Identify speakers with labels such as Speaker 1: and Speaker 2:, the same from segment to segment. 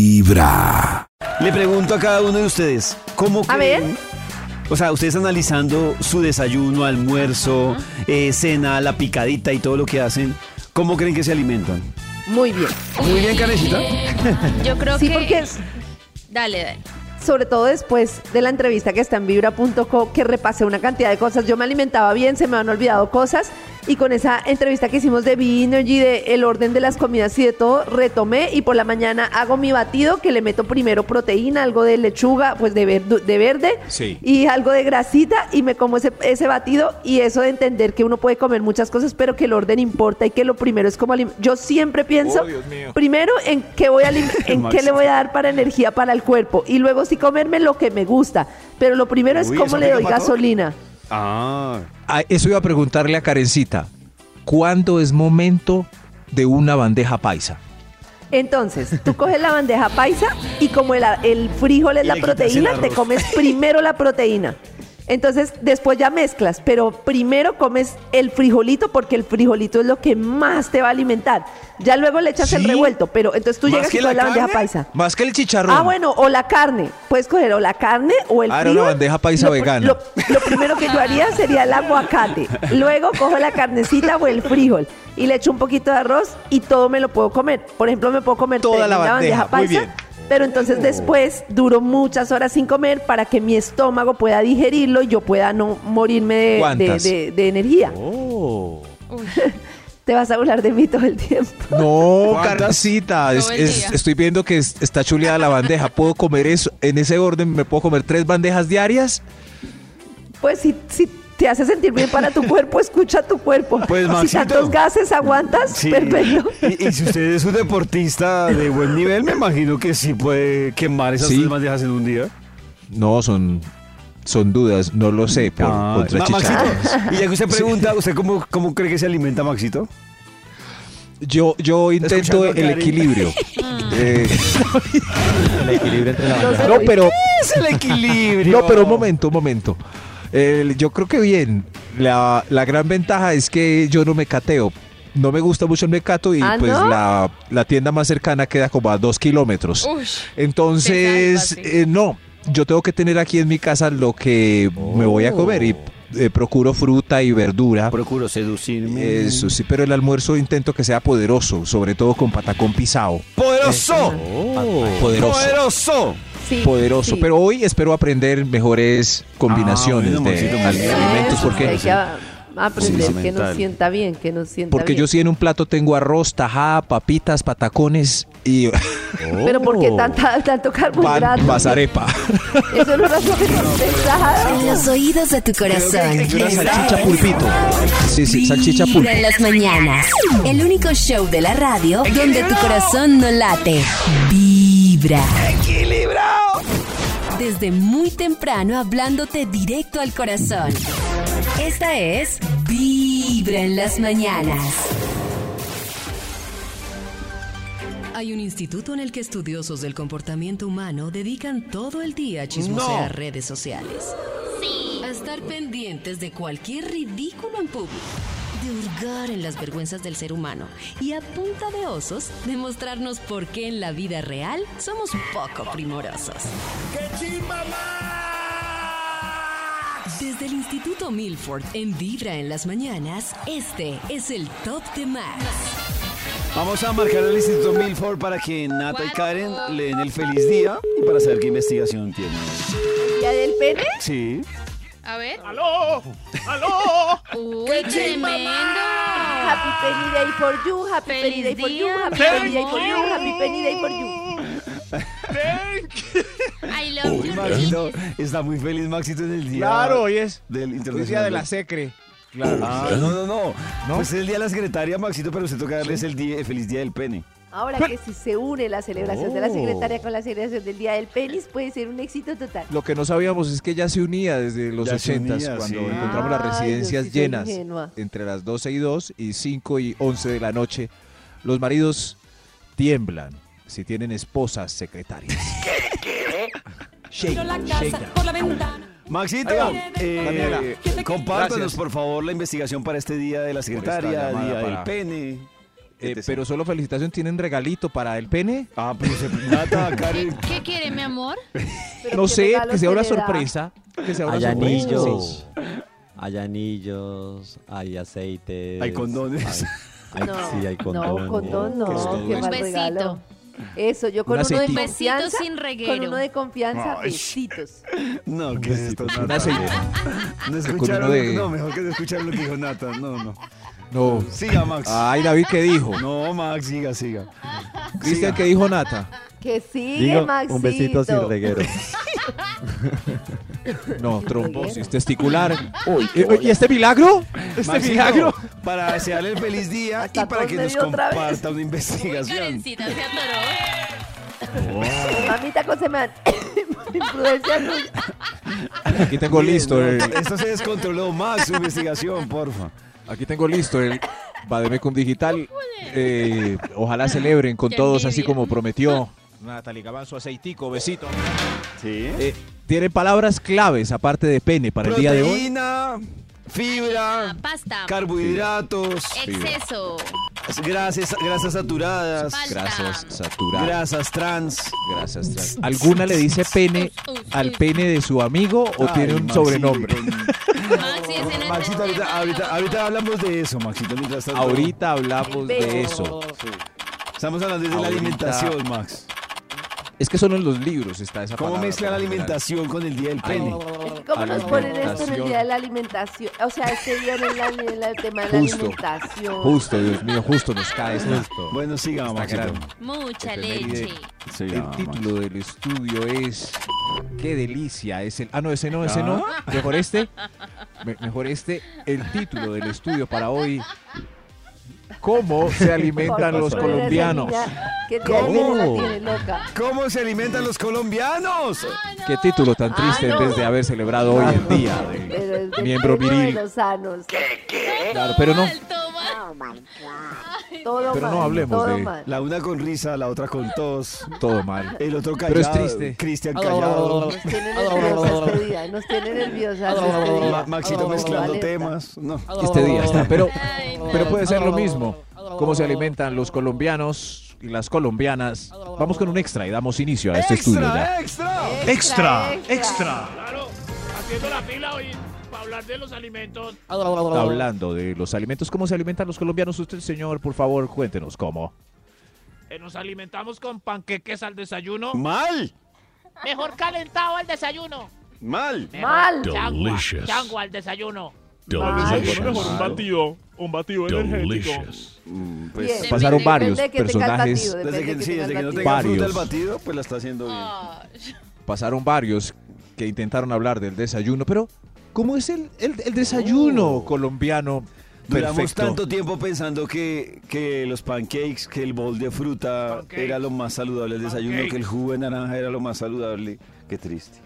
Speaker 1: Vibra.
Speaker 2: Le pregunto a cada uno de ustedes, ¿cómo
Speaker 3: A ver.
Speaker 2: creen- O sea, ustedes analizando su desayuno, almuerzo, eh, cena, la picadita y todo lo que hacen, ¿cómo creen que se alimentan?
Speaker 3: Muy bien.
Speaker 2: Muy bien, Canecita.
Speaker 4: Eh, Yo creo
Speaker 3: Sí,
Speaker 4: que.
Speaker 3: porque es-
Speaker 4: Dale, dale.
Speaker 3: Eh, sobre todo después de la entrevista que está en vibra.co, que repasé una cantidad de cosas. Yo me alimentaba bien, se me han olvidado cosas. Y con esa entrevista que hicimos de B-Energy, de el orden de las comidas y de todo, retomé y por la mañana hago mi batido, que le meto primero proteína, algo de lechuga, pues de, verdu- de verde,
Speaker 2: Sí.
Speaker 3: y algo de grasita, y me como ese, ese batido. Y eso de entender que uno puede comer muchas cosas, pero que el orden importa y que lo primero es como alim- Yo siempre
Speaker 2: Oh,
Speaker 3: pienso, primero, en qué, voy a alim- en qué le voy a dar para energía para el cuerpo y luego sí comerme lo que me gusta. Pero lo primero
Speaker 2: Uy,
Speaker 3: es
Speaker 2: ¿eso
Speaker 3: cómo le
Speaker 2: aplica
Speaker 3: doy
Speaker 2: para todo?
Speaker 3: gasolina.
Speaker 2: Ah,
Speaker 5: Ah, Eso iba a preguntarle a Karencita. ¿Cuándo es momento de una bandeja paisa?
Speaker 3: Entonces, tú coges la bandeja paisa y como el, a- el frijol es
Speaker 2: Y
Speaker 3: la
Speaker 2: le quitas el
Speaker 3: proteína,
Speaker 2: arroz.
Speaker 3: te comes primero la proteína. Entonces, después ya mezclas, pero primero comes el frijolito porque el frijolito es lo que más te va a alimentar. Ya luego le echas el
Speaker 5: ¿Sí?
Speaker 3: revuelto, pero entonces tú
Speaker 2: ¿Más
Speaker 3: llegas
Speaker 2: que
Speaker 3: y coges
Speaker 2: la
Speaker 3: la bandeja
Speaker 2: carne?
Speaker 3: paisa.
Speaker 5: Más que el chicharrón.
Speaker 3: Ah, bueno, o la carne. Puedes coger o la carne o el
Speaker 5: Ah, era
Speaker 3: frijol.
Speaker 5: una bandeja paisa
Speaker 3: Lo pr-
Speaker 5: vegana.
Speaker 3: Lo, lo primero que yo haría sería el aguacate. Luego cojo la carnecita o el frijol y le echo un poquito de arroz y todo me lo puedo comer. Por ejemplo, me puedo comer
Speaker 5: Toda la
Speaker 3: tremenda
Speaker 5: bandeja, muy bien. Oh.
Speaker 3: Pero entonces después duro muchas horas sin comer para que mi estómago pueda digerirlo y yo pueda no morirme de, de-
Speaker 5: ¿Cuántas?
Speaker 3: de- de energía.
Speaker 2: Oh.
Speaker 3: Te vas a burlar de mí todo el tiempo.
Speaker 5: No,
Speaker 2: ¿Cuántas?
Speaker 5: Karencita. es-
Speaker 4: Todo el
Speaker 5: es-
Speaker 4: día.
Speaker 5: estoy viendo que es- está chuleada la bandeja. ¿Puedo comer eso? En ese orden, ¿me puedo comer tres bandejas diarias?
Speaker 3: Pues si, si te hace sentir bien para tu cuerpo, escucha tu cuerpo.
Speaker 2: Pues,
Speaker 3: si
Speaker 2: Maxito.
Speaker 3: tantos gases aguantas,
Speaker 2: sí.
Speaker 3: perfecto.
Speaker 2: Y, y si usted es un deportista de buen nivel, me imagino que sí puede quemar esas
Speaker 5: Sí.
Speaker 2: tres bandejas en un día.
Speaker 5: No, son, son dudas. No lo sé. Por, contra
Speaker 2: Ah, Ma- Maxito,
Speaker 5: chicharrones.
Speaker 2: y ya que usted pregunta, ¿usted cómo, cómo cree que se alimenta Maxito?
Speaker 5: Yo, yo intento
Speaker 2: Escuchando a
Speaker 5: el
Speaker 2: Karen.
Speaker 5: equilibrio. Eh,
Speaker 6: El equilibrio entre la
Speaker 3: Entonces,
Speaker 6: bandeja.
Speaker 5: no, pero...
Speaker 2: Es el equilibrio.
Speaker 5: No, pero un momento, un momento. El- yo creo que bien. La, la gran ventaja es que yo no me cateo. No me gusta mucho el mecato y
Speaker 3: ¿Ah,
Speaker 5: pues
Speaker 3: no?
Speaker 5: la, la tienda más cercana queda como a dos kilómetros.
Speaker 4: Ush.
Speaker 5: Entonces,
Speaker 4: te salvas, sí.
Speaker 5: eh, no, yo tengo que tener aquí en mi casa lo que me voy a comer y eh, procuro fruta y verdura.
Speaker 2: Procuro seducirme.
Speaker 5: Eso sí, pero el almuerzo intento que sea poderoso, sobre todo con patacón pisado.
Speaker 2: ¡Poderoso!
Speaker 5: Eh, Poderoso.
Speaker 2: ¡Poderoso!
Speaker 3: Sí,
Speaker 5: poderoso.
Speaker 3: sí.
Speaker 5: Pero hoy espero aprender mejores combinaciones
Speaker 2: Ah, bueno,
Speaker 5: de
Speaker 2: Maxito, Maxito.
Speaker 5: alimentos
Speaker 3: Eso,
Speaker 5: porque,
Speaker 3: Hay que a- aprender
Speaker 2: Sí,
Speaker 3: que
Speaker 2: mental.
Speaker 3: nos sienta bien, que nos sienta
Speaker 5: porque
Speaker 3: bien.
Speaker 5: yo sí en un plato tengo arroz, tajada, papitas, patacones y
Speaker 3: Pero ¿por
Speaker 5: Oh.
Speaker 3: qué tanta, tanto carbohidrato?
Speaker 5: pan más arepa.
Speaker 3: Eso no lo hace pesado.
Speaker 7: En los oídos de tu corazón.
Speaker 5: y una salchicha pulpito. Sí, sí, salchicha
Speaker 7: Vibra
Speaker 5: pulpito.
Speaker 7: en las mañanas. El único show de la radio donde tu corazón no late. Vibra. Desde muy temprano hablándote directo al corazón. Esta es Vibra en las mañanas.
Speaker 8: Hay un instituto en el que estudiosos del comportamiento humano dedican todo el día a chismosear
Speaker 2: No.
Speaker 8: redes sociales. A estar pendientes de cualquier ridículo en público. De hurgar en las vergüenzas del ser humano. Y a punta de osos, demostrarnos por qué en la vida real somos poco primorosos. Desde el Instituto Milford, en Vibra en las Mañanas, este es el Top de Más.
Speaker 2: Vamos a marcar al Instituto Milford para que Nata y Karen le den el feliz día y para saber qué investigación tienen.
Speaker 3: ¿Ya del pene?
Speaker 2: Sí.
Speaker 4: A ver. ¡Aló! ¡Aló! ¡Uy, tremendo!
Speaker 3: Happy penny day for you, happy
Speaker 4: Feliz
Speaker 3: penny day for you,
Speaker 4: día,
Speaker 3: happy
Speaker 4: mi
Speaker 3: penny day for you,
Speaker 4: amor.
Speaker 3: happy penny day for you.
Speaker 4: I love you,
Speaker 2: Maxito, está muy feliz Maxito en el día.
Speaker 5: es.
Speaker 2: Del internacional.
Speaker 5: secre.
Speaker 2: Ah, no, no, no, Pues es el día de la secretaria, Maxito, pero usted toca darles el, día- el feliz día del pene.
Speaker 3: Ahora que si se une la celebración de la secretaria con la celebración del Día del Penis, puede ser un éxito total.
Speaker 5: Lo que no sabíamos es que ya se unía desde los
Speaker 2: Ya se
Speaker 5: 80
Speaker 2: unía,
Speaker 5: cuando
Speaker 2: sí.
Speaker 5: encontramos las
Speaker 3: Ay, yo
Speaker 5: residencias
Speaker 3: sí soy
Speaker 5: llenas
Speaker 3: ingenua.
Speaker 5: entre las 12 y 2 y 5 y 11 de la noche. Los maridos tiemblan si tienen esposas secretarias.
Speaker 2: Maxito,
Speaker 5: Daniela.
Speaker 2: eh, compártanos
Speaker 5: Gracias.
Speaker 2: por favor la investigación para este día de la
Speaker 5: esta
Speaker 2: secretaria,
Speaker 5: llamada
Speaker 2: día del
Speaker 5: para-
Speaker 2: pene.
Speaker 5: Eh,
Speaker 2: etc.
Speaker 5: pero solo felicitación, ¿tienen regalito para el pene?
Speaker 2: Ah, pero se nata,
Speaker 4: ¿Qué,
Speaker 2: Karen.
Speaker 4: qué quiere, mi amor?
Speaker 3: Pero
Speaker 5: No
Speaker 3: qué
Speaker 5: sé,
Speaker 3: regalos
Speaker 5: que sea una
Speaker 3: le da.
Speaker 5: sorpresa. Que sea una
Speaker 6: Hay
Speaker 5: sorpresa.
Speaker 6: anillos. Hay anillos, hay aceites.
Speaker 2: Hay condones.
Speaker 6: hay- hay-
Speaker 3: No,
Speaker 6: sí, hay condones.
Speaker 3: No, condón
Speaker 5: Que es todo
Speaker 3: no. Qué
Speaker 6: Pues,
Speaker 5: eso.
Speaker 3: mal
Speaker 4: Un besito.
Speaker 3: regalo. Eso, yo con
Speaker 5: Un
Speaker 3: uno de
Speaker 5: aceitito.
Speaker 4: Besito
Speaker 3: confianza.
Speaker 4: sin reguero.
Speaker 3: Con uno de confianza,
Speaker 2: Ay.
Speaker 3: besitos.
Speaker 2: No, ¿qué es esto,
Speaker 5: Un
Speaker 2: Nata?
Speaker 5: aceite.
Speaker 2: No
Speaker 5: uno
Speaker 2: escucharon.
Speaker 5: de-
Speaker 2: No, mejor que no escucharon lo que dijo Nata. No, no.
Speaker 5: No.
Speaker 2: Siga, Max.
Speaker 5: Ay, David, ¿qué dijo?
Speaker 2: No, Max, siga, siga.
Speaker 5: Cristian, ¿qué dijo Nata?
Speaker 3: Que sigue,
Speaker 6: Digo,
Speaker 3: Maxito.
Speaker 6: un besito sin reguero.
Speaker 5: No, trombosis testicular.
Speaker 3: Uy,
Speaker 5: Eh, ¿Y este milagro? ¿Este
Speaker 2: Maxito,
Speaker 5: milagro?
Speaker 2: Para desearle el feliz día
Speaker 3: Hasta
Speaker 2: y para que
Speaker 3: dónde
Speaker 2: nos
Speaker 3: vio otra vez.
Speaker 2: comparta una
Speaker 4: Uy,
Speaker 2: investigación.
Speaker 4: Karencita, se atoró.
Speaker 3: Mamita con seman. Imprudencia tuya.
Speaker 5: Aquí tengo
Speaker 2: Bien,
Speaker 5: listo
Speaker 2: no,
Speaker 5: el...
Speaker 2: Esto se descontroló más su investigación, porfa.
Speaker 5: Aquí tengo listo el Bademecum Digital. Eh, ojalá celebren con
Speaker 4: Qué
Speaker 5: todos así
Speaker 4: envidia.
Speaker 5: como prometió. Natalie Gabanzo, aceitico, besito.
Speaker 2: Sí.
Speaker 5: Eh, tiene palabras claves aparte de pene para el día de hoy.
Speaker 2: Proteína, fibra,
Speaker 4: Pasta.
Speaker 2: carbohidratos,
Speaker 4: Exceso.
Speaker 2: grasas, grasas saturadas,
Speaker 4: Falta.
Speaker 5: Grasas saturadas.
Speaker 2: grasas trans.
Speaker 5: grasas trans. ¿Alguna le dice pene al pene de su amigo o
Speaker 2: Ay,
Speaker 5: tiene un
Speaker 2: Maxito,
Speaker 5: sobrenombre?
Speaker 4: Maxi, ese no es
Speaker 2: Maxito,
Speaker 4: el
Speaker 2: ahorita,
Speaker 4: tema.
Speaker 2: ahorita, ahorita hablamos de eso, Maxito. mientras tanto.
Speaker 5: Ahorita hablamos de eso.
Speaker 2: Estamos hablando de la
Speaker 5: Ahorita.
Speaker 2: alimentación, Max.
Speaker 5: Es que solo en los libros está esa
Speaker 2: ¿Cómo
Speaker 5: palabra,
Speaker 2: mezcla la
Speaker 5: por lo general.
Speaker 2: alimentación con el día del
Speaker 5: Ay,
Speaker 2: pene?
Speaker 3: ¿Cómo nos ponen esto en el
Speaker 5: Alimentación.
Speaker 3: día de la alimentación? O sea, este día en el, en el tema de la
Speaker 5: Justo.
Speaker 3: alimentación.
Speaker 5: Justo, Dios mío, justo nos cae esta.
Speaker 2: Bueno, sigamos,
Speaker 5: Está
Speaker 2: Maxito.
Speaker 5: grande.
Speaker 4: Mucha
Speaker 5: Efeméride.
Speaker 4: leche.
Speaker 5: El título del estudio es Qué delicia es el. Ah, no, ese no, ese no. Mejor este. Me- mejor este. El título del estudio para hoy. ¿Cómo se alimentan
Speaker 3: Por
Speaker 5: los
Speaker 3: favor,
Speaker 5: colombianos?
Speaker 3: esa niña Que tiene
Speaker 2: ¿Cómo?
Speaker 3: la tiene loca.
Speaker 2: ¿Cómo se alimentan los colombianos?
Speaker 5: Qué título tan triste
Speaker 3: Ah,
Speaker 5: en vez de haber celebrado hoy el día
Speaker 3: Pero
Speaker 5: del
Speaker 3: es de
Speaker 5: miembro
Speaker 3: pelo de
Speaker 5: viril.
Speaker 3: los sanos.
Speaker 5: Claro, pero no.
Speaker 4: Alto, Max.
Speaker 3: Todo
Speaker 5: Pero no
Speaker 3: mal,
Speaker 5: hablemos
Speaker 3: todo
Speaker 5: de-
Speaker 3: mal.
Speaker 2: La una con risa, la otra con tos.
Speaker 5: Todo mal.
Speaker 2: El otro
Speaker 5: Pero
Speaker 2: callado.
Speaker 5: es triste.
Speaker 2: Cristian callado.
Speaker 3: Nos tiene nerviosas este día. Nos tiene nerviosas este día.
Speaker 2: Ma- Maxito
Speaker 3: Todo
Speaker 2: mezclando
Speaker 3: alerta.
Speaker 2: temas. No.
Speaker 5: Este día está. Pero,
Speaker 4: Ay, no.
Speaker 5: pero puede ser lo mismo. ¿Cómo se alimentan los colombianos y las colombianas? Vamos con un extra y damos inicio a este estudio ya.
Speaker 9: eh.
Speaker 2: ¡Extra, extra!
Speaker 3: Extra, extra.
Speaker 1: Claro, haciendo la pila hoy para hablar de los alimentos.
Speaker 5: Está hablando de los alimentos. ¿Cómo se alimentan los colombianos? Usted, señor, por favor, cuéntenos cómo.
Speaker 1: Eh, nos alimentamos con panqueques al desayuno.
Speaker 2: ¡Mal!
Speaker 1: Mejor calentado al desayuno.
Speaker 2: ¡Mal!
Speaker 1: Mejor
Speaker 3: Mal.
Speaker 1: Changua, changua al desayuno.
Speaker 2: mejor un
Speaker 1: batido, un batido
Speaker 2: Mm,
Speaker 3: Bien.
Speaker 2: Pues,
Speaker 4: Sí.
Speaker 5: Pasaron
Speaker 4: Depende-
Speaker 5: varios
Speaker 3: depende de qué tengas
Speaker 5: personajes,
Speaker 3: batido,
Speaker 2: desde
Speaker 3: depende
Speaker 2: que,
Speaker 3: de
Speaker 2: sí,
Speaker 3: qué
Speaker 2: desde que no
Speaker 3: tengas
Speaker 2: tenga fruta
Speaker 5: Varios.
Speaker 2: el batido, pues la está haciendo bien.
Speaker 4: Ah. Ay.
Speaker 5: pasaron varios que intentaron hablar del desayuno, pero ¿cómo es el, el- el desayuno colombiano?
Speaker 2: Uh. Duramos
Speaker 5: perfecto?
Speaker 2: tanto tiempo pensando que, que los pancakes, que el bol de fruta
Speaker 1: Pancakes.
Speaker 2: era lo más saludable, el desayuno,
Speaker 1: Pancakes.
Speaker 2: que el jugo de naranja era lo más saludable. Qué triste.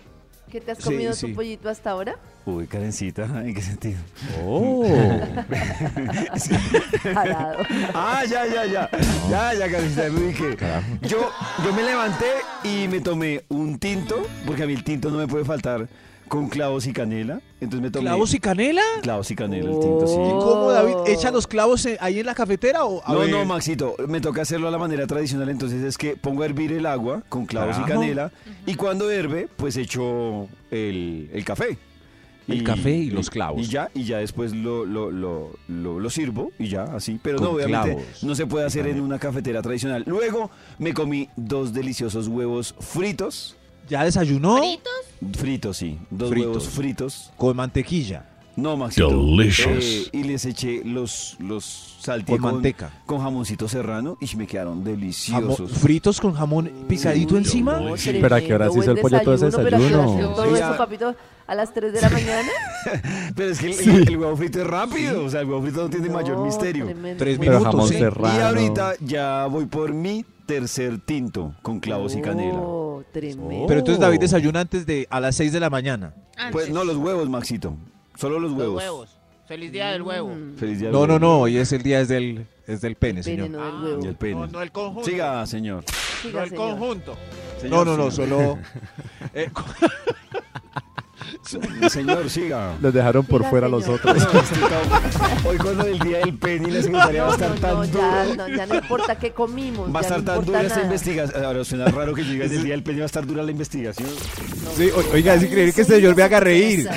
Speaker 3: ¿Qué te has
Speaker 5: Sí,
Speaker 3: comido
Speaker 5: sí.
Speaker 3: tu pollito hasta ahora?
Speaker 2: Uy, Karencita, ¿en qué sentido?
Speaker 5: Oh.
Speaker 3: Parado.
Speaker 2: Ah, ya, ya, ya. Ya, ya, Karencita, me ubiqué. Yo, yo me levanté y me tomé un tinto, porque a mí el tinto no me puede faltar, con clavos y canela. Entonces me tomé
Speaker 5: ¿Clavos y canela?
Speaker 2: clavos y canela, el tinto, sí.
Speaker 5: ¿Cómo, David? ¿Echa los clavos en- ahí en la cafetera o a
Speaker 2: no,
Speaker 5: ver?
Speaker 2: no, Maxito, me toca hacerlo a la manera tradicional, entonces es que pongo a hervir el agua con clavos y
Speaker 5: Carajo.
Speaker 2: canela y cuando herve, pues echo el, el café.
Speaker 5: El café y los clavos.
Speaker 2: Y ya, y ya después lo, lo, lo, lo, lo sirvo y ya, así. Pero
Speaker 5: Con
Speaker 2: no, obviamente
Speaker 5: clavos
Speaker 2: no se puede
Speaker 5: y
Speaker 2: hacer en
Speaker 5: canela.
Speaker 2: una cafetera tradicional. Luego me comí dos deliciosos huevos fritos.
Speaker 5: ¿Ya desayunó?
Speaker 4: ¿Fritos?
Speaker 2: Fritos, sí. Dos
Speaker 5: Fritos.
Speaker 2: huevos fritos.
Speaker 5: Con mantequilla.
Speaker 2: No, Maxito.
Speaker 10: Delicious.
Speaker 2: Eh, y les eché los, los salteé
Speaker 5: Con manteca.
Speaker 2: Con jamoncito serrano y me quedaron
Speaker 5: Jamón-
Speaker 2: deliciosos.
Speaker 5: fritos con jamón picadito encima.
Speaker 6: pero ¿a qué hora se hizo el
Speaker 3: Buen
Speaker 6: pollo todo ese
Speaker 3: pero ¿a qué hora se hizo
Speaker 6: desayuno?
Speaker 3: Todo
Speaker 2: Sí,
Speaker 3: eso,
Speaker 2: ya.
Speaker 3: papito, a las 3 de la mañana.
Speaker 2: Pero es que el, el huevo frito es rápido, o sea, el huevo frito no tiene mayor
Speaker 3: No,
Speaker 2: misterio.
Speaker 3: tremendo.
Speaker 5: Tres
Speaker 6: Pero
Speaker 5: minutos.
Speaker 6: jamón
Speaker 5: sí.
Speaker 6: serrano.
Speaker 2: Y ahorita ya voy por mi tercer tinto con clavos y canela.
Speaker 3: Oh, tremendo.
Speaker 5: Pero entonces David desayuna antes de a las 6 de la mañana.
Speaker 4: Antes.
Speaker 2: Pues no, los huevos, Maxito. Solo los
Speaker 1: Los
Speaker 2: huevos.
Speaker 1: huevos. Feliz día
Speaker 3: Mm.
Speaker 1: del huevo.
Speaker 2: Feliz día.
Speaker 5: No,
Speaker 2: del
Speaker 5: no,
Speaker 2: huevo.
Speaker 5: no, hoy es el día es del, es del pene, señor.
Speaker 3: Veneno del huevo.
Speaker 2: Y el pene.
Speaker 1: No, no el conjunto.
Speaker 2: Siga, señor.
Speaker 1: no
Speaker 3: Siga,
Speaker 1: el
Speaker 3: señor.
Speaker 1: conjunto.
Speaker 5: No,
Speaker 2: Señor,
Speaker 5: no, no,
Speaker 2: siga.
Speaker 5: solo... eh,
Speaker 6: sexo.
Speaker 2: Señor, siga.
Speaker 6: Los dejaron por
Speaker 3: Siga,
Speaker 6: fuera
Speaker 3: señor.
Speaker 6: los otros.
Speaker 2: Hoy con lo del día del penny la secretaria va a estar
Speaker 3: no,
Speaker 2: tan
Speaker 3: ya,
Speaker 2: dura.
Speaker 3: no, ya no importa qué comimos.
Speaker 2: Va a
Speaker 3: ya no
Speaker 2: estar tan
Speaker 3: importa
Speaker 2: dura esta
Speaker 3: nada.
Speaker 2: investigación. Ahora suena raro que yo diga el día del penny va a estar dura la investigación.
Speaker 6: Sí, o- oiga, es increíble que este señor me haga reír.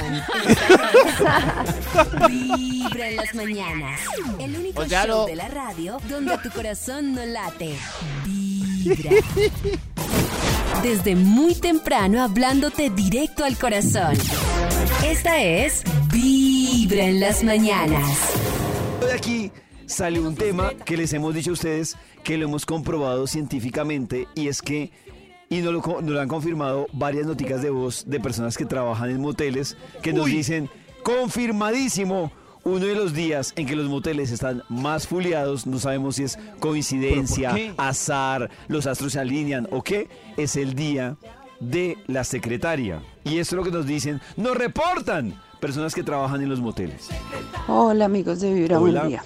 Speaker 8: Vibra en las mañanas. El único
Speaker 1: O sea,
Speaker 8: show
Speaker 1: no.
Speaker 8: de la radio donde tu corazón no late. Vibra.
Speaker 7: Desde muy temprano hablándote directo al corazón. Esta es Vibra en las mañanas.
Speaker 2: Hoy aquí sale un tema que les hemos dicho a ustedes que lo hemos comprobado científicamente y es que, y nos lo, co- nos lo han confirmado varias noticas de voz de personas que trabajan en moteles que nos dicen, confirmadísimo, uno de los días en que los moteles están más fuleados, no sabemos si es coincidencia, azar, los astros se alinean o qué, es el día de la secretaria. Y eso es lo que nos dicen, nos reportan personas que trabajan en los moteles.
Speaker 10: Hola amigos de Vibra,
Speaker 2: Hola.
Speaker 10: buen día.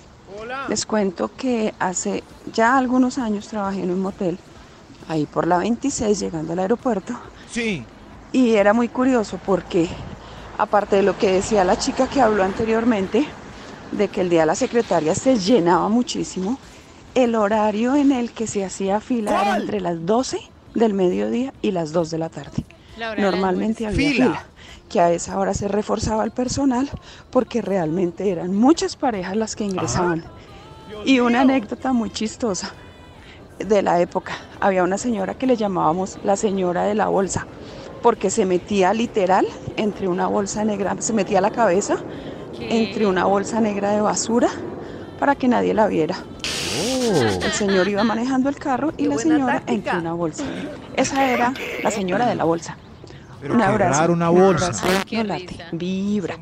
Speaker 10: Les cuento que hace ya algunos años trabajé en un motel, ahí por la 26 llegando al aeropuerto,
Speaker 5: Sí.
Speaker 10: y era muy curioso porque, aparte de lo que decía la chica que habló anteriormente, de que el día de la secretaria se llenaba muchísimo, el horario en el que se hacía fila era entre las 12 del mediodía y las 2 de la tarde.
Speaker 4: La hora de la
Speaker 10: Normalmente
Speaker 4: almuerzo.
Speaker 10: había
Speaker 5: Fila.
Speaker 10: fila. que a esa hora se reforzaba el personal porque realmente eran muchas parejas las que ingresaban. Y una anécdota muy chistosa de la época. Había una señora que le llamábamos la señora de la bolsa, porque se metía literal entre una bolsa negra, se metía la cabeza entre una bolsa negra de basura para que nadie la viera. El señor iba manejando el carro y
Speaker 3: Qué
Speaker 10: la
Speaker 3: buena
Speaker 10: señora
Speaker 3: táctica.
Speaker 10: entre una bolsa. Esa era la señora de la bolsa.
Speaker 5: Pero qué raro, una
Speaker 10: un
Speaker 5: bolsa.
Speaker 10: abrazo,
Speaker 4: Ay, qué
Speaker 10: no late,
Speaker 4: risa.
Speaker 10: vibra.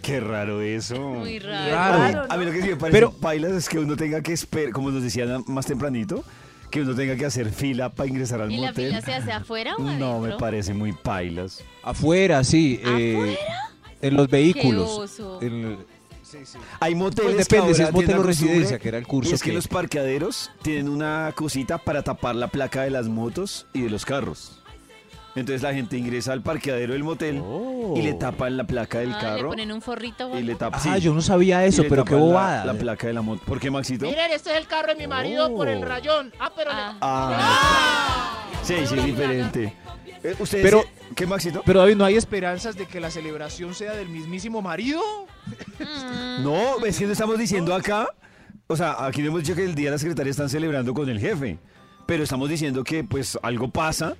Speaker 2: Qué raro eso.
Speaker 4: Muy
Speaker 5: Raro.
Speaker 4: raro.
Speaker 3: Claro,
Speaker 2: A mí lo que sí me parece
Speaker 5: Pero-
Speaker 2: pailas es que uno tenga que esperar, como nos decían más tempranito, que uno tenga que hacer fila para ingresar al
Speaker 4: ¿Y la
Speaker 2: motel.
Speaker 4: fila se hace afuera o adentro?
Speaker 2: no, me parece muy pailas.
Speaker 5: Afuera, sí. eh, en los vehículos.
Speaker 4: Qué oso.
Speaker 5: En-
Speaker 2: Hay moteles
Speaker 5: Pues
Speaker 2: que
Speaker 5: depende, si
Speaker 2: ahora
Speaker 5: es motel
Speaker 2: tienen
Speaker 5: o
Speaker 2: la costumbre,
Speaker 5: residencia, que era el curso
Speaker 2: Y es que
Speaker 5: que-
Speaker 2: los parqueaderos tienen una cosita para tapar la placa de las motos y de los carros. Entonces la gente ingresa al parqueadero del motel y le tapan la placa del
Speaker 4: Ah, le
Speaker 2: carro
Speaker 4: ponen un forrito. o
Speaker 2: y le
Speaker 4: algo.
Speaker 2: tapan
Speaker 5: Oh. Ah, yo no sabía eso, pero qué bobada.
Speaker 2: La, placa de la moto. ¿Por qué, Maxito?
Speaker 1: Miren, este es el carro de mi marido
Speaker 2: Oh.
Speaker 1: por el rayón. Ah, pero... le-
Speaker 4: Ah,
Speaker 2: Ah, sí, sí, es diferente. Eh, ¿Ustedes
Speaker 1: Pero-
Speaker 2: se- qué, Maxito?
Speaker 1: Pero David, ¿no hay esperanzas de que la celebración sea del mismísimo marido?
Speaker 2: No, es que no estamos diciendo acá, o sea, aquí no hemos dicho que el día de la secretaria están celebrando con el jefe, pero estamos diciendo que pues algo pasa,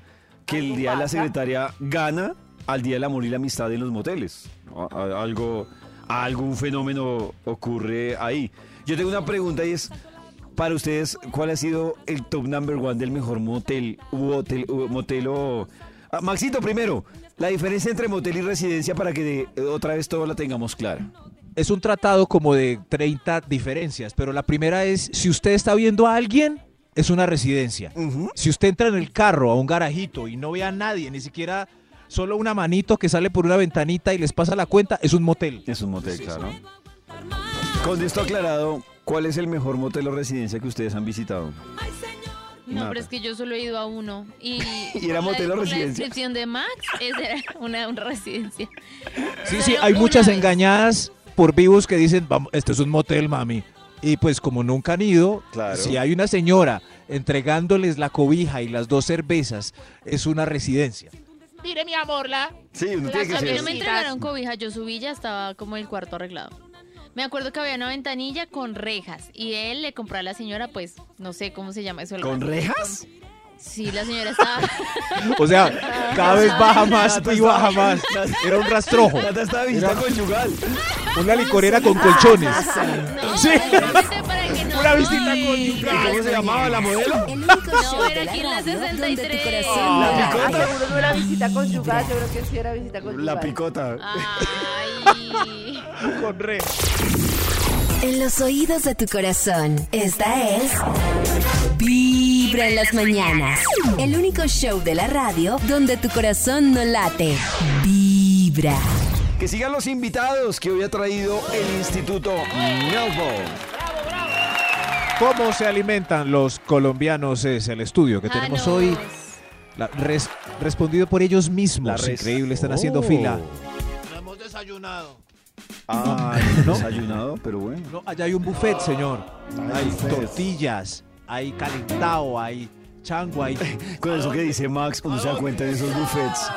Speaker 2: que el día de la secretaria gana al día del amor y la amistad en los moteles. A- a- Algo, algún fenómeno ocurre ahí. Yo tengo una pregunta y es para ustedes cuál ha sido el top number one del mejor motel u hotel u motel o Ah, Maxito primero la diferencia entre motel y residencia para que eh, otra vez todo la tengamos clara.
Speaker 5: es un tratado como de 30 diferencias, pero la primera es, si usted está viendo a alguien, es una residencia. Si usted entra en el carro a un garajito y no ve a nadie, ni siquiera solo una manito que sale por una ventanita y les pasa la cuenta, es un motel.
Speaker 2: Es un motel, claro. Con esto aclarado, ¿cuál es el mejor motel o residencia que ustedes han visitado?
Speaker 4: no,
Speaker 2: nada.
Speaker 4: pero es que yo solo he ido a uno. Y,
Speaker 2: ¿Y era
Speaker 4: por la-
Speaker 2: motel o
Speaker 4: por La
Speaker 2: residencia?
Speaker 4: descripción de Max esa era una, una residencia.
Speaker 5: Sí,
Speaker 4: Pero
Speaker 5: sí, hay
Speaker 4: una
Speaker 5: muchas
Speaker 4: vez.
Speaker 5: engañadas por vivos que dicen, vamos, este es un motel, mami. Y pues como nunca han ido,
Speaker 2: Claro.
Speaker 5: si hay una señora entregándoles la cobija y las dos cervezas, es una residencia.
Speaker 1: Mire, mi amor, la...
Speaker 2: Sí, uno
Speaker 1: La
Speaker 2: tiene que
Speaker 4: A mí
Speaker 2: ser.
Speaker 4: no me
Speaker 1: Sí.
Speaker 4: entregaron cobija, yo subí ya estaba como el cuarto arreglado. Me acuerdo que había una ventanilla con rejas y él le compró a la señora, pues, no sé cómo se llama eso. el
Speaker 2: ¿Con
Speaker 4: gato.
Speaker 2: rejas?
Speaker 4: Sí, la señora estaba...
Speaker 5: O sea, cada vez baja más y baja más. Era un rastrojo.
Speaker 2: Nata está visita conyugal.
Speaker 5: Una licorera
Speaker 4: Ah,
Speaker 5: con colchones. Sí.
Speaker 4: Solamente para que no-
Speaker 5: Una visita
Speaker 4: Ay,
Speaker 5: conyugal.
Speaker 2: ¿Cómo se llamaba la modelo?
Speaker 8: El único
Speaker 4: No,
Speaker 8: show de
Speaker 4: era
Speaker 8: la
Speaker 4: aquí en la
Speaker 8: radio donde
Speaker 4: 63.
Speaker 8: tu corazón
Speaker 2: La
Speaker 8: no late.
Speaker 2: picota.
Speaker 3: Ay, seguro no era visita conyugal, yo creo que sí era visita conyugal.
Speaker 2: La picota.
Speaker 4: Ah. Ay.
Speaker 1: Con re.
Speaker 7: En los oídos de tu corazón. Esta es Vibra en las mañanas.
Speaker 8: El único show de la radio donde tu corazón no late. Vibra.
Speaker 2: Que sigan los invitados que hoy ha traído el Instituto Melbourne.
Speaker 5: ¿Cómo se alimentan los colombianos? Es el estudio que
Speaker 4: Ah,
Speaker 5: tenemos hoy.
Speaker 4: Janos.
Speaker 5: La- res- respondido por ellos
Speaker 2: La
Speaker 5: mismos.
Speaker 2: res. Oh.
Speaker 5: Increíble, están haciendo fila
Speaker 1: desayunado.
Speaker 2: Ah,
Speaker 5: ¿No?
Speaker 2: desayunado, pero bueno.
Speaker 5: No, allá hay un buffet, señor.
Speaker 2: Ay,
Speaker 5: Ah, Hay
Speaker 2: ustedes.
Speaker 5: tortillas, hay calentado, hay chango, hay...
Speaker 2: Con eso que dice Max, uno se da cuenta en esos buffets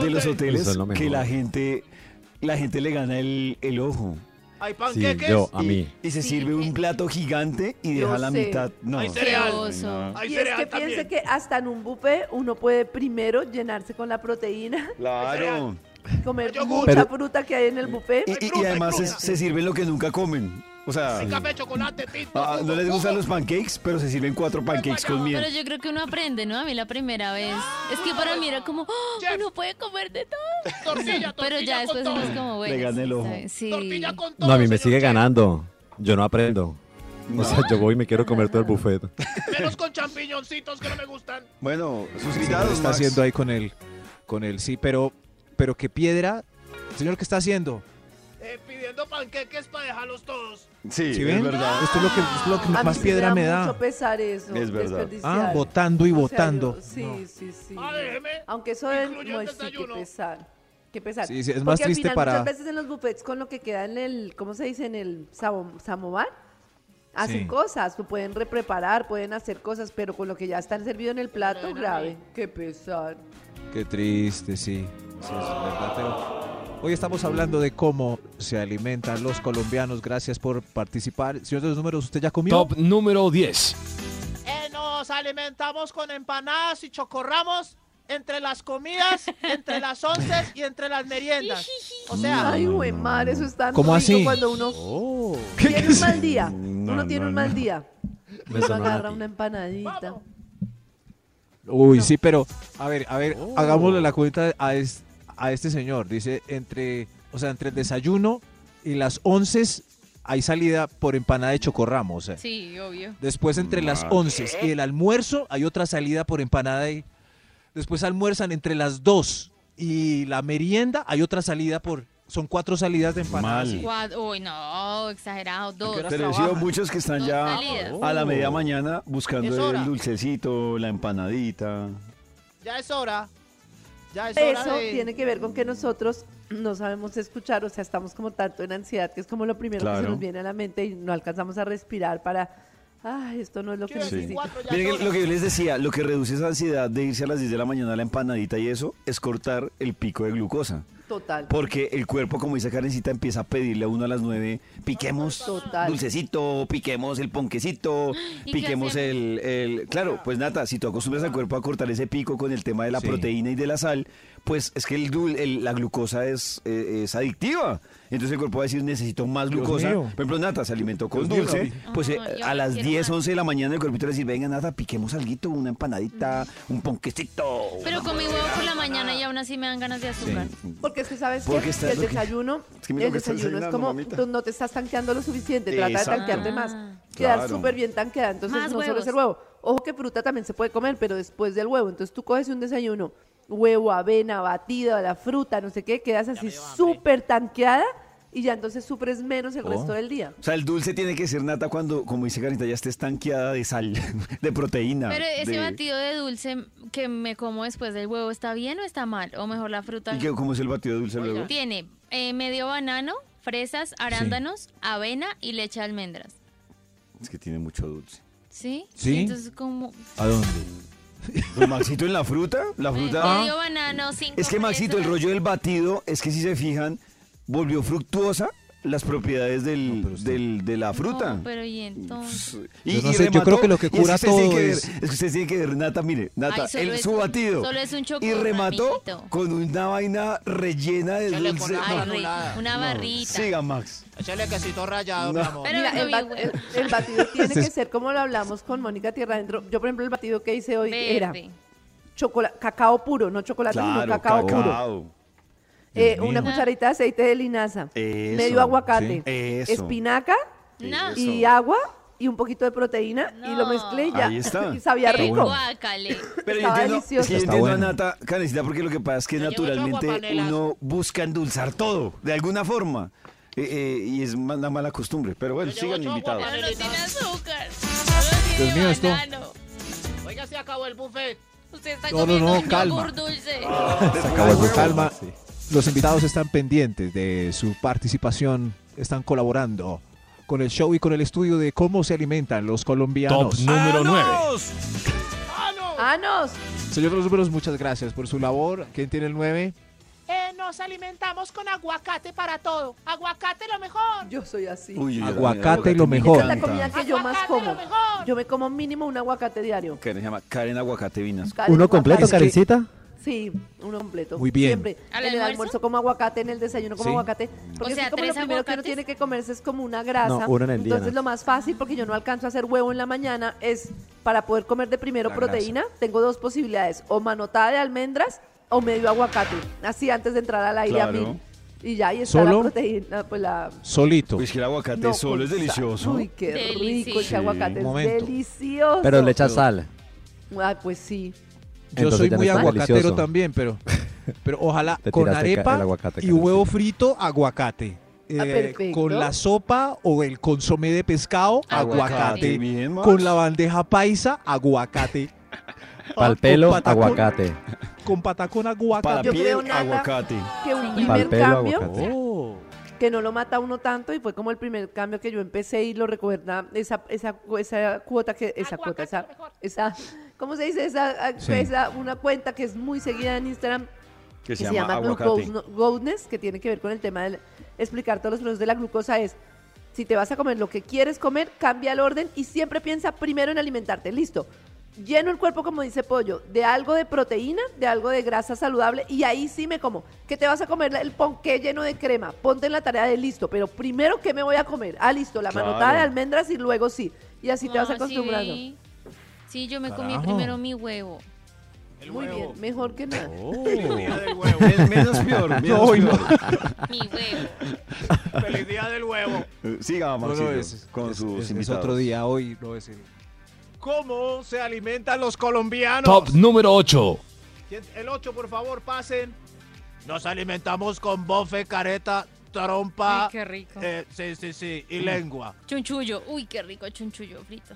Speaker 2: de los
Speaker 6: Eso
Speaker 2: hoteles
Speaker 6: es lo mejor.
Speaker 2: que la gente, la gente le gana el, el ojo.
Speaker 1: Hay
Speaker 6: Sí,
Speaker 1: panqueques,
Speaker 6: yo, a
Speaker 2: Y-
Speaker 6: mí.
Speaker 2: Y, se
Speaker 4: Sí,
Speaker 2: sirve un
Speaker 4: eh.
Speaker 2: plato gigante y
Speaker 3: Yo
Speaker 2: deja la
Speaker 3: sé.
Speaker 2: mitad. No.
Speaker 1: Hay
Speaker 4: Qué
Speaker 1: cereal.
Speaker 4: oso.
Speaker 1: hay
Speaker 3: Y es
Speaker 1: cereal
Speaker 3: que
Speaker 1: también.
Speaker 3: piense que hasta en un buffet uno puede primero llenarse con la proteína,
Speaker 2: Claro.
Speaker 3: comer
Speaker 1: Yogur.
Speaker 3: mucha
Speaker 6: Pero-
Speaker 3: fruta que hay en el buffet.
Speaker 2: Y, y- y además se, se sirven lo que nunca comen. O sea,
Speaker 1: Hay café, chocolate, tinto,
Speaker 2: ah, no
Speaker 1: jugo,
Speaker 2: les gustan
Speaker 1: jugo.
Speaker 2: los pancakes, pero se sirven cuatro pancakes con miel.
Speaker 4: Pero yo creo que uno aprende, ¿no? A mí la primera vez. Es que para mí era como, ¡oh!
Speaker 1: Chef.
Speaker 4: uno puede comer de todo.
Speaker 1: Tortilla,
Speaker 4: Pero ya
Speaker 1: tortilla con
Speaker 4: después uno es
Speaker 1: todo.
Speaker 4: como, bueno.
Speaker 2: Le gana el
Speaker 4: sí,
Speaker 2: ojo.
Speaker 4: sabe, Sí.
Speaker 1: Tortilla con todo.
Speaker 6: No, a mí me
Speaker 1: señor
Speaker 6: sigue
Speaker 1: chef.
Speaker 6: ganando. Yo no aprendo. O sea, yo voy y me quiero comer todo el buffet.
Speaker 1: Menos con champiñoncitos que no me gustan.
Speaker 2: Bueno, sus
Speaker 5: Señor, ¿Qué
Speaker 2: invitados,
Speaker 5: está
Speaker 2: Max.
Speaker 5: haciendo ahí con él? Con él, sí, pero... Pero qué piedra... Señor, ¿qué está haciendo?
Speaker 1: Eh, pidiendo panqueques para dejarlos todos.
Speaker 2: Sí,
Speaker 5: ¿Sí
Speaker 2: es
Speaker 5: ven? Ah.
Speaker 2: verdad.
Speaker 5: Esto es lo que, es lo que
Speaker 3: A mí
Speaker 5: más
Speaker 3: sí
Speaker 5: piedra me
Speaker 3: Mucho
Speaker 5: da.
Speaker 3: pesar eso.
Speaker 2: Es
Speaker 5: Ah,
Speaker 2: verdad.
Speaker 3: desperdiciar.
Speaker 5: votando y
Speaker 3: O sea, yo-
Speaker 5: votando.
Speaker 3: Sí,
Speaker 5: No.
Speaker 3: sí, sí.
Speaker 1: Ah, déjeme.
Speaker 3: Aunque eso es,
Speaker 1: Incluye
Speaker 3: no
Speaker 1: el
Speaker 3: es sí, qué
Speaker 1: desayuno.
Speaker 3: pesar. Qué pesar.
Speaker 5: Sí, sí, es más
Speaker 3: Porque al
Speaker 5: triste
Speaker 3: final
Speaker 5: para-
Speaker 3: Muchas veces en los buffets con lo que queda en el, ¿cómo se dice? En el sabo- samovar, hacen
Speaker 5: Sí.
Speaker 3: cosas, lo pueden repreparar, pueden hacer cosas, pero con lo que ya está servido en el plato, grave. Qué pesar.
Speaker 5: Qué triste, sí. Sí, es verdad, pero hoy estamos hablando de cómo se alimentan los colombianos. Gracias por participar. Señor de los números, ¿usted ya comió?
Speaker 9: Top número 10.
Speaker 1: Eh, nos alimentamos con empanadas y chocorramos entre las comidas, entre las onces y entre las meriendas. O
Speaker 2: Mm.
Speaker 1: sea,
Speaker 3: Ay, güey, madre, eso es tan
Speaker 5: ¿Cómo
Speaker 3: rico
Speaker 5: así?
Speaker 3: cuando uno
Speaker 5: Oh.
Speaker 3: tiene un mal día.
Speaker 2: No,
Speaker 3: uno tiene
Speaker 2: no,
Speaker 3: un
Speaker 2: no.
Speaker 3: mal día.
Speaker 6: Me
Speaker 3: Uno
Speaker 6: sonó a
Speaker 3: agarra
Speaker 6: ti.
Speaker 3: una empanadita.
Speaker 5: Uy, sí, pero a ver, a
Speaker 9: Oh.
Speaker 5: ver, hagámosle la cuenta a, es- a este señor. Dice, entre, o sea, entre el desayuno y las once hay salida por empanada de chocorramo. O
Speaker 2: Este
Speaker 5: sea.
Speaker 4: Sí, obvio.
Speaker 5: Después entre las
Speaker 2: Madre.
Speaker 5: 11 y el almuerzo hay otra salida por empanada y después almuerzan entre las 2 y la merienda hay otra salida por son cuatro salidas de empanadas.
Speaker 2: Mal.
Speaker 4: Cuad- Uy, no, exagerado. Dos.
Speaker 2: Pero yo sigo muchos que están
Speaker 4: Dos
Speaker 2: ya
Speaker 4: salidas.
Speaker 2: a la
Speaker 5: Oh.
Speaker 2: media mañana
Speaker 1: Es
Speaker 2: buscando
Speaker 1: hora.
Speaker 2: el dulcecito, la empanadita.
Speaker 1: ya es hora. Ya es hora
Speaker 3: Eso
Speaker 1: de...
Speaker 3: tiene que ver con que nosotros no sabemos escuchar, o sea, estamos como tanto en ansiedad, que es como lo primero que
Speaker 2: Claro.
Speaker 3: se nos viene a la mente y no alcanzamos a respirar para, ay, esto no es lo que
Speaker 1: Quiero
Speaker 2: Sí.
Speaker 3: necesito.
Speaker 1: decir, cuatro ya
Speaker 2: Miren
Speaker 1: es
Speaker 2: que
Speaker 1: hora.
Speaker 2: lo que yo les decía, lo que reduce esa ansiedad de irse a las 10 de la mañana a la empanadita y eso es cortar el pico de glucosa.
Speaker 3: Total.
Speaker 2: Porque el cuerpo, como dice Karencita, empieza a pedirle a uno a las 9, piquemos
Speaker 3: Total.
Speaker 2: dulcecito, piquemos el ponquecito,
Speaker 4: ¿Y qué
Speaker 2: piquemos
Speaker 4: hacemos?
Speaker 2: el, el- Claro, pues Nata, si tú acostumbras al cuerpo a cortar ese pico con el tema de la
Speaker 5: Sí.
Speaker 2: proteína y de la sal, pues es que el, dul- el- la glucosa es, eh, es adictiva. Entonces el cuerpo va a decir, necesito más
Speaker 5: Dios
Speaker 2: glucosa.
Speaker 5: mío.
Speaker 2: Por ejemplo, Nata se alimentó con
Speaker 5: Dios mío,
Speaker 2: dulce,
Speaker 5: Gaby.
Speaker 2: pues eh,
Speaker 4: Ajá, y
Speaker 2: a
Speaker 4: ahora
Speaker 2: las
Speaker 4: quiero
Speaker 2: 10,
Speaker 4: más.
Speaker 2: 11 de la mañana el cuerpito le va a decir, venga Nata, piquemos alguito, una empanadita, un ponquecito.
Speaker 4: Mm. Pero comí huevo por la mañana y aún así me dan ganas de azúcar.
Speaker 3: Porque es que sabes
Speaker 2: Porque
Speaker 3: qué?
Speaker 2: está
Speaker 3: que el
Speaker 2: lo que-
Speaker 3: desayuno,
Speaker 2: es que mira
Speaker 3: el
Speaker 2: lo que estás
Speaker 3: desayuno es
Speaker 2: desayunando,
Speaker 3: como
Speaker 2: mamita.
Speaker 3: tú no te estás tanqueando lo suficiente, trata de
Speaker 2: Exacto.
Speaker 3: tanquearte más,
Speaker 4: Ah.
Speaker 3: quedar
Speaker 2: Claro.
Speaker 3: súper bien tanqueada, entonces
Speaker 4: Más
Speaker 3: no solo es el
Speaker 4: huevos.
Speaker 3: huevo. Ojo que fruta también se puede comer, pero después del huevo, entonces tú coges un desayuno, huevo, avena, batida, la fruta, no sé qué, quedas así súper tanqueada y ya entonces sufres menos el resto
Speaker 2: Oh.
Speaker 3: del día.
Speaker 2: O sea, el dulce tiene que ser nata cuando, como dice Carita, ya esté estanqueada de sal, de proteína.
Speaker 4: Pero ese
Speaker 2: de-
Speaker 4: batido de dulce que me como después del huevo, ¿está bien o está mal? O mejor la fruta.
Speaker 2: ¿Y qué, cómo es el batido de dulce luego?
Speaker 4: Tiene eh, medio banano, fresas, arándanos, avena y leche de almendras.
Speaker 2: Es que tiene mucho dulce.
Speaker 4: ¿Sí?
Speaker 5: Sí.
Speaker 4: Entonces, como
Speaker 5: ¿A dónde?
Speaker 2: Pues, Maxito en la fruta, la fruta...
Speaker 4: medio
Speaker 5: Ah.
Speaker 4: banano, cinco
Speaker 2: Es que Maxito, el
Speaker 4: fresas.
Speaker 2: rollo del batido, es que si se fijan, volvió fructuosa las propiedades del, del- de la fruta.
Speaker 4: No, pero y entonces.
Speaker 5: Yo no sé, yo creo que lo que
Speaker 2: y es
Speaker 5: cura
Speaker 2: ustedes tienen
Speaker 5: todo
Speaker 2: que ver-
Speaker 5: es-
Speaker 2: es... que ustedes tienen que ver, Nata, mire, Nata,
Speaker 4: Ay, solo
Speaker 2: el,
Speaker 4: es
Speaker 2: su
Speaker 4: un-
Speaker 2: batido.
Speaker 4: solo es un
Speaker 2: y
Speaker 4: chocorro,
Speaker 2: remató
Speaker 4: amiguito.
Speaker 2: con una vaina rellena de
Speaker 1: Échale
Speaker 2: dulce.
Speaker 1: con
Speaker 4: Ay,
Speaker 1: No,
Speaker 4: re-
Speaker 1: nada.
Speaker 4: una
Speaker 2: No,
Speaker 4: barrita.
Speaker 2: Siga, Max.
Speaker 1: Échale quesito rallado,
Speaker 2: No.
Speaker 1: mi amor.
Speaker 4: Pero
Speaker 3: Mira,
Speaker 4: no
Speaker 3: el,
Speaker 4: vi
Speaker 3: bat-
Speaker 4: huevo.
Speaker 3: el- el batido tiene que ser como lo hablamos con Mónica Tierra Adentro. Yo, por ejemplo, el batido que hice hoy era
Speaker 4: Verde.
Speaker 3: chocola- cacao puro, no chocolate, sino cacao,
Speaker 5: Dios
Speaker 3: puro. Eh, una
Speaker 5: mío.
Speaker 3: cucharadita de aceite de linaza,
Speaker 2: Eso,
Speaker 3: medio aguacate,
Speaker 5: sí,
Speaker 2: eso.
Speaker 3: espinaca
Speaker 4: No.
Speaker 3: y agua y un poquito de proteína y lo
Speaker 4: No.
Speaker 3: mezclé y ya.
Speaker 2: Ahí está.
Speaker 3: y sabía
Speaker 4: Qué
Speaker 3: rico.
Speaker 4: guácale.
Speaker 2: Pero yo
Speaker 3: Estaba
Speaker 2: entiendo,
Speaker 3: delicioso.
Speaker 2: es que yo
Speaker 5: Está
Speaker 2: entiendo
Speaker 5: bueno.
Speaker 2: a Nata, Canecita, porque lo que pasa es que
Speaker 1: Yo llevo ocho
Speaker 2: naturalmente
Speaker 1: aguapanelas.
Speaker 2: uno busca endulzar todo, de alguna forma. Eh, eh, y es ma- una mala costumbre. Pero bueno,
Speaker 1: Yo llevo
Speaker 2: sigan
Speaker 1: ocho
Speaker 2: invitados.
Speaker 4: Pero no
Speaker 1: Canelita.
Speaker 4: tiene azúcar. Solo
Speaker 5: Dios
Speaker 4: tiene
Speaker 5: mío, esto.
Speaker 4: banano.
Speaker 1: Oiga, se acabó el buffet.
Speaker 4: Usted está
Speaker 5: No, no,
Speaker 4: comiendo
Speaker 5: no,
Speaker 4: un
Speaker 5: calma.
Speaker 2: Ah,
Speaker 4: yogur dulce.
Speaker 6: Se acabó el buffet.
Speaker 5: Calma. Los invitados están pendientes de su participación, están colaborando con el show y con el estudio de cómo se alimentan los colombianos.
Speaker 9: número 9.
Speaker 3: ¡Anos!
Speaker 5: Señor de los números, muchas gracias por su labor. ¿Quién tiene el 9?
Speaker 1: Eh, nos alimentamos con aguacate para todo. Aguacate lo mejor.
Speaker 3: Yo soy así.
Speaker 2: Uy, Dios mío,
Speaker 5: Aguacate
Speaker 2: aguacate
Speaker 5: lo
Speaker 2: me
Speaker 5: mejor.
Speaker 3: Esa es la
Speaker 2: encanta.
Speaker 3: comida que yo más
Speaker 1: Aguacate
Speaker 3: como.
Speaker 1: lo mejor.
Speaker 3: Yo me como mínimo un aguacate diario.
Speaker 2: Karen se llama Karen Aguacate Vinas.
Speaker 3: Karen,
Speaker 6: ¿Uno
Speaker 3: aguacate.
Speaker 6: completo, Karencita?
Speaker 3: Sí, uno completo.
Speaker 5: Muy bien.
Speaker 3: Siempre. En
Speaker 4: ¿Al
Speaker 3: el
Speaker 4: almuerzo?
Speaker 3: almuerzo como aguacate, en el desayuno como
Speaker 5: Sí.
Speaker 3: aguacate. Porque
Speaker 4: sea, ¿tres
Speaker 3: es que como lo primero que uno
Speaker 4: aguacates?
Speaker 3: tiene que comerse es como una grasa.
Speaker 6: No, uno en el día,
Speaker 3: Entonces
Speaker 6: no.
Speaker 3: lo más fácil, porque yo no alcanzo a hacer huevo en la mañana, es para poder comer de primero
Speaker 5: La
Speaker 3: proteína, tengo dos posibilidades. O manotada de almendras o medio aguacate. Así antes de entrar al aire
Speaker 2: Claro.
Speaker 3: a mí. Y ya, ahí está la
Speaker 5: ¿Solo?
Speaker 3: proteína, pues la...
Speaker 5: Solito.
Speaker 2: Uy, es que el aguacate
Speaker 3: no,
Speaker 2: solo es
Speaker 3: con sal.
Speaker 2: delicioso.
Speaker 3: Uy, qué rico ese
Speaker 4: Delicioso.
Speaker 3: aguacate,
Speaker 5: Sí.
Speaker 3: es
Speaker 5: Momento.
Speaker 3: delicioso.
Speaker 6: Pero le echas sal.
Speaker 3: Ay, pues sí.
Speaker 5: Yo
Speaker 6: Entonces
Speaker 5: soy
Speaker 6: ya no
Speaker 5: muy
Speaker 6: está
Speaker 5: aguacatero
Speaker 6: delicioso.
Speaker 5: también, pero, pero ojalá
Speaker 6: Te
Speaker 5: con
Speaker 6: tiraste ca- el
Speaker 5: arepa
Speaker 6: aguacate,
Speaker 5: y
Speaker 6: Karencita.
Speaker 5: huevo frito, aguacate. Eh,
Speaker 3: Ah, perfecto.
Speaker 5: con la sopa o el consomé de pescado, aguacate.
Speaker 4: Aguacate.
Speaker 2: Bien, Max.
Speaker 5: Con la bandeja paisa, aguacate.
Speaker 6: Pa'l
Speaker 2: Ah,
Speaker 5: Con
Speaker 6: pelo,
Speaker 5: patacón-
Speaker 6: aguacate.
Speaker 5: Con patacón
Speaker 2: Para
Speaker 5: aguacate.
Speaker 3: Yo
Speaker 2: piel,
Speaker 3: creo, Nata,
Speaker 2: aguacate.
Speaker 3: que un
Speaker 6: Pa'l
Speaker 3: primer
Speaker 6: pelo,
Speaker 3: cambio
Speaker 6: aguacate.
Speaker 5: Oh.
Speaker 3: que no lo mata uno tanto y fue como el primer cambio que yo empecé y lo recuerda esa esa esa cuota que esa cuota esa, esa ¿cómo se dice esa,
Speaker 5: Sí.
Speaker 3: esa- una cuenta que es muy seguida en Instagram
Speaker 2: Que
Speaker 3: que
Speaker 2: se, llama, aguacate.
Speaker 3: glucose- glucoseness, que tiene que ver con el tema de explicar todos los procesos de la glucosa es si te vas a comer lo que quieres comer, cambia el orden y siempre piensa primero en alimentarte. Listo. Lleno el cuerpo, como dice Pollo, de algo de proteína, de algo de grasa saludable y ahí sí me como. Que te vas a comer el ponqué lleno de crema. Ponte en la tarea de listo, pero primero, ¿qué me voy a comer? Ah, listo, la
Speaker 2: Claro.
Speaker 3: manotada de almendras y luego sí. Y así te vas
Speaker 4: Ah, sí,
Speaker 3: acostumbrando.
Speaker 4: vi. Sí, yo me comí
Speaker 5: Carajo.
Speaker 4: primero mi huevo.
Speaker 3: Muy bien, mejor que nada.
Speaker 2: Oh.
Speaker 1: Día del huevo.
Speaker 2: Men- Menos peor, menos
Speaker 5: No,
Speaker 2: peor.
Speaker 4: Mi huevo.
Speaker 1: Feliz día del huevo.
Speaker 2: Eh, Siga,
Speaker 5: No, no,
Speaker 2: Maxito,
Speaker 5: es-
Speaker 2: con
Speaker 5: es-
Speaker 2: sus
Speaker 5: es- es
Speaker 2: invitados.
Speaker 5: otro día hoy, no es el-
Speaker 1: ¿Cómo se alimentan los colombianos?
Speaker 9: Top número 8.
Speaker 1: ¿Quién- El 8, por favor, pasen. Nos alimentamos con bofe, careta, trompa.
Speaker 4: Ay, qué rico.
Speaker 1: eh, sí, sí, sí.
Speaker 5: Mm.
Speaker 1: Y lengua.
Speaker 4: Chunchullo. Uy, qué rico chunchullo frito.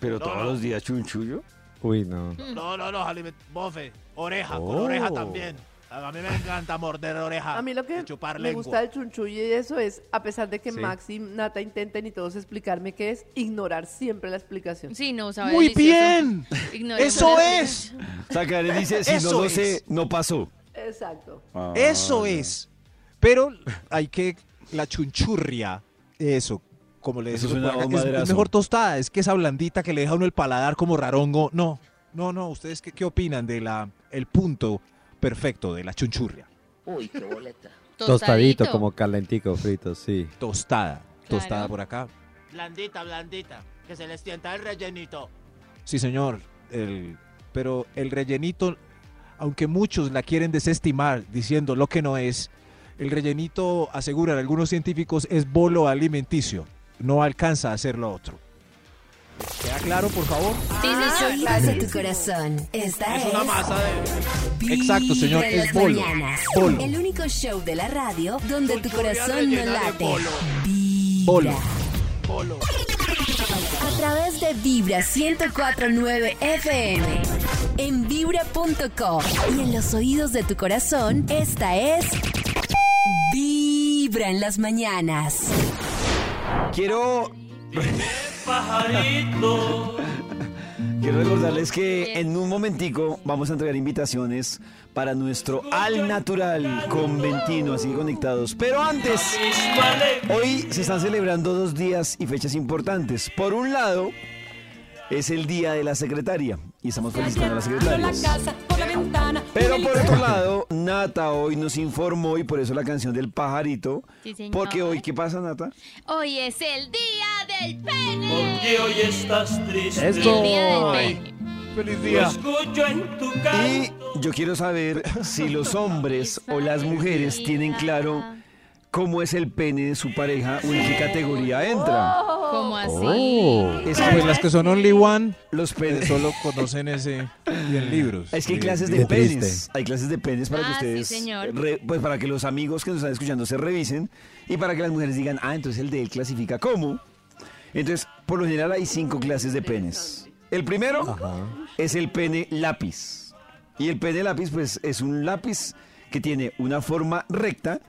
Speaker 2: Pero
Speaker 1: No,
Speaker 2: todos
Speaker 1: no.
Speaker 2: los días chunchullo.
Speaker 6: Uy, no.
Speaker 3: Mm.
Speaker 1: No, no, no, aliment- bofe. Oreja, con
Speaker 5: Oh.
Speaker 1: oreja también. A mí me encanta morder oreja.
Speaker 3: A mí lo que
Speaker 1: y chupar
Speaker 3: me
Speaker 1: lengua.
Speaker 3: gusta del chunchullo y eso es, a pesar de que Max y Nata intenten y todos explicarme qué es, ignorar siempre la explicación.
Speaker 4: Sí, no, sabe
Speaker 5: Muy
Speaker 4: delicioso.
Speaker 5: bien.
Speaker 4: Ignoremos
Speaker 5: Eso
Speaker 4: la-
Speaker 5: es.
Speaker 2: O sea, Karen
Speaker 5: Eh,
Speaker 2: dice, si no
Speaker 1: Eso
Speaker 2: lo sé,
Speaker 1: es.
Speaker 2: no pasó.
Speaker 3: Exacto.
Speaker 2: Ah,
Speaker 5: Eso es. Pero hay que la chunchurria, eso, como le
Speaker 2: Eso
Speaker 5: decimos,
Speaker 2: suena
Speaker 5: por
Speaker 2: a un
Speaker 5: acá, es- es,
Speaker 2: madrazo.
Speaker 5: mejor tostada, es que esa blandita que le deja a uno el paladar como rarongo. No, no, no, ustedes qué, qué opinan de la el punto perfecto de la chunchurria,
Speaker 6: Tostadito, como calentico, frito, sí.
Speaker 5: tostada, tostada
Speaker 4: Claro.
Speaker 5: por acá.
Speaker 1: Blandita, blandita. Que se les tienta el rellenito.
Speaker 5: Sí, señor, el- pero el rellenito aunque muchos la quieren desestimar diciendo lo que no es, el rellenito aseguran algunos científicos es bolo alimenticio, no alcanza a hacer lo otro. ¿Queda claro, por favor?
Speaker 3: Ah,
Speaker 2: Ah,
Speaker 4: Sí, señor.
Speaker 7: Pasa tu corazón. Esta es.
Speaker 1: Es una masa de.
Speaker 7: Vibra
Speaker 5: Exacto, señor,
Speaker 7: en
Speaker 5: es
Speaker 7: las
Speaker 5: bolo,
Speaker 7: mañanas.
Speaker 5: bolo.
Speaker 7: El único show de la radio donde tu
Speaker 1: Chunchurria
Speaker 7: corazón no
Speaker 1: rellena de
Speaker 7: late.
Speaker 1: Bolo,
Speaker 7: Vibra.
Speaker 5: Bolo.
Speaker 1: bolo.
Speaker 7: A través de Vibra 1049 FM. En vibra.com. Y en los oídos de tu corazón, esta es. Vibra en las mañanas.
Speaker 2: Quiero. Quiero recordarles que en un momentico vamos a entregar invitaciones para nuestro Al Natural Conventino, así que conectados. Pero antes, hoy se están celebrando dos días y fechas importantes. Por un lado, es el Día de la Secretaria y estamos felicitando a las secretarias. Pero por otro lado, Nata hoy nos informó y por eso la canción del pajarito.
Speaker 4: Sí, señor.
Speaker 2: Porque hoy, ¿qué pasa, Nata?
Speaker 4: Hoy es el día del pene. El día del
Speaker 5: Esto.
Speaker 4: pene.
Speaker 5: Feliz día.
Speaker 2: Y yo quiero saber si los hombres o las mujeres tienen claro cómo es el pene de su pareja o en qué categoría entra.
Speaker 4: Oh. ¿Cómo así?
Speaker 2: Es
Speaker 5: Pues
Speaker 2: que
Speaker 5: las que son only one
Speaker 2: los
Speaker 5: eh,
Speaker 2: penes
Speaker 5: solo conocen ese y en libros.
Speaker 2: Es que hay clases de
Speaker 6: Qué
Speaker 2: penes.
Speaker 6: triste.
Speaker 2: Hay clases de penes para
Speaker 4: Ah, sí,
Speaker 2: que ustedes.
Speaker 4: señor.
Speaker 2: re- pues para que los amigos que nos están escuchando se revisen y para que las mujeres digan, ah, entonces el de él clasifica como. Entonces, por lo general hay cinco clases de penes. El primero es el pene lápiz. Y el pene lápiz, pues, es un lápiz que tiene una forma recta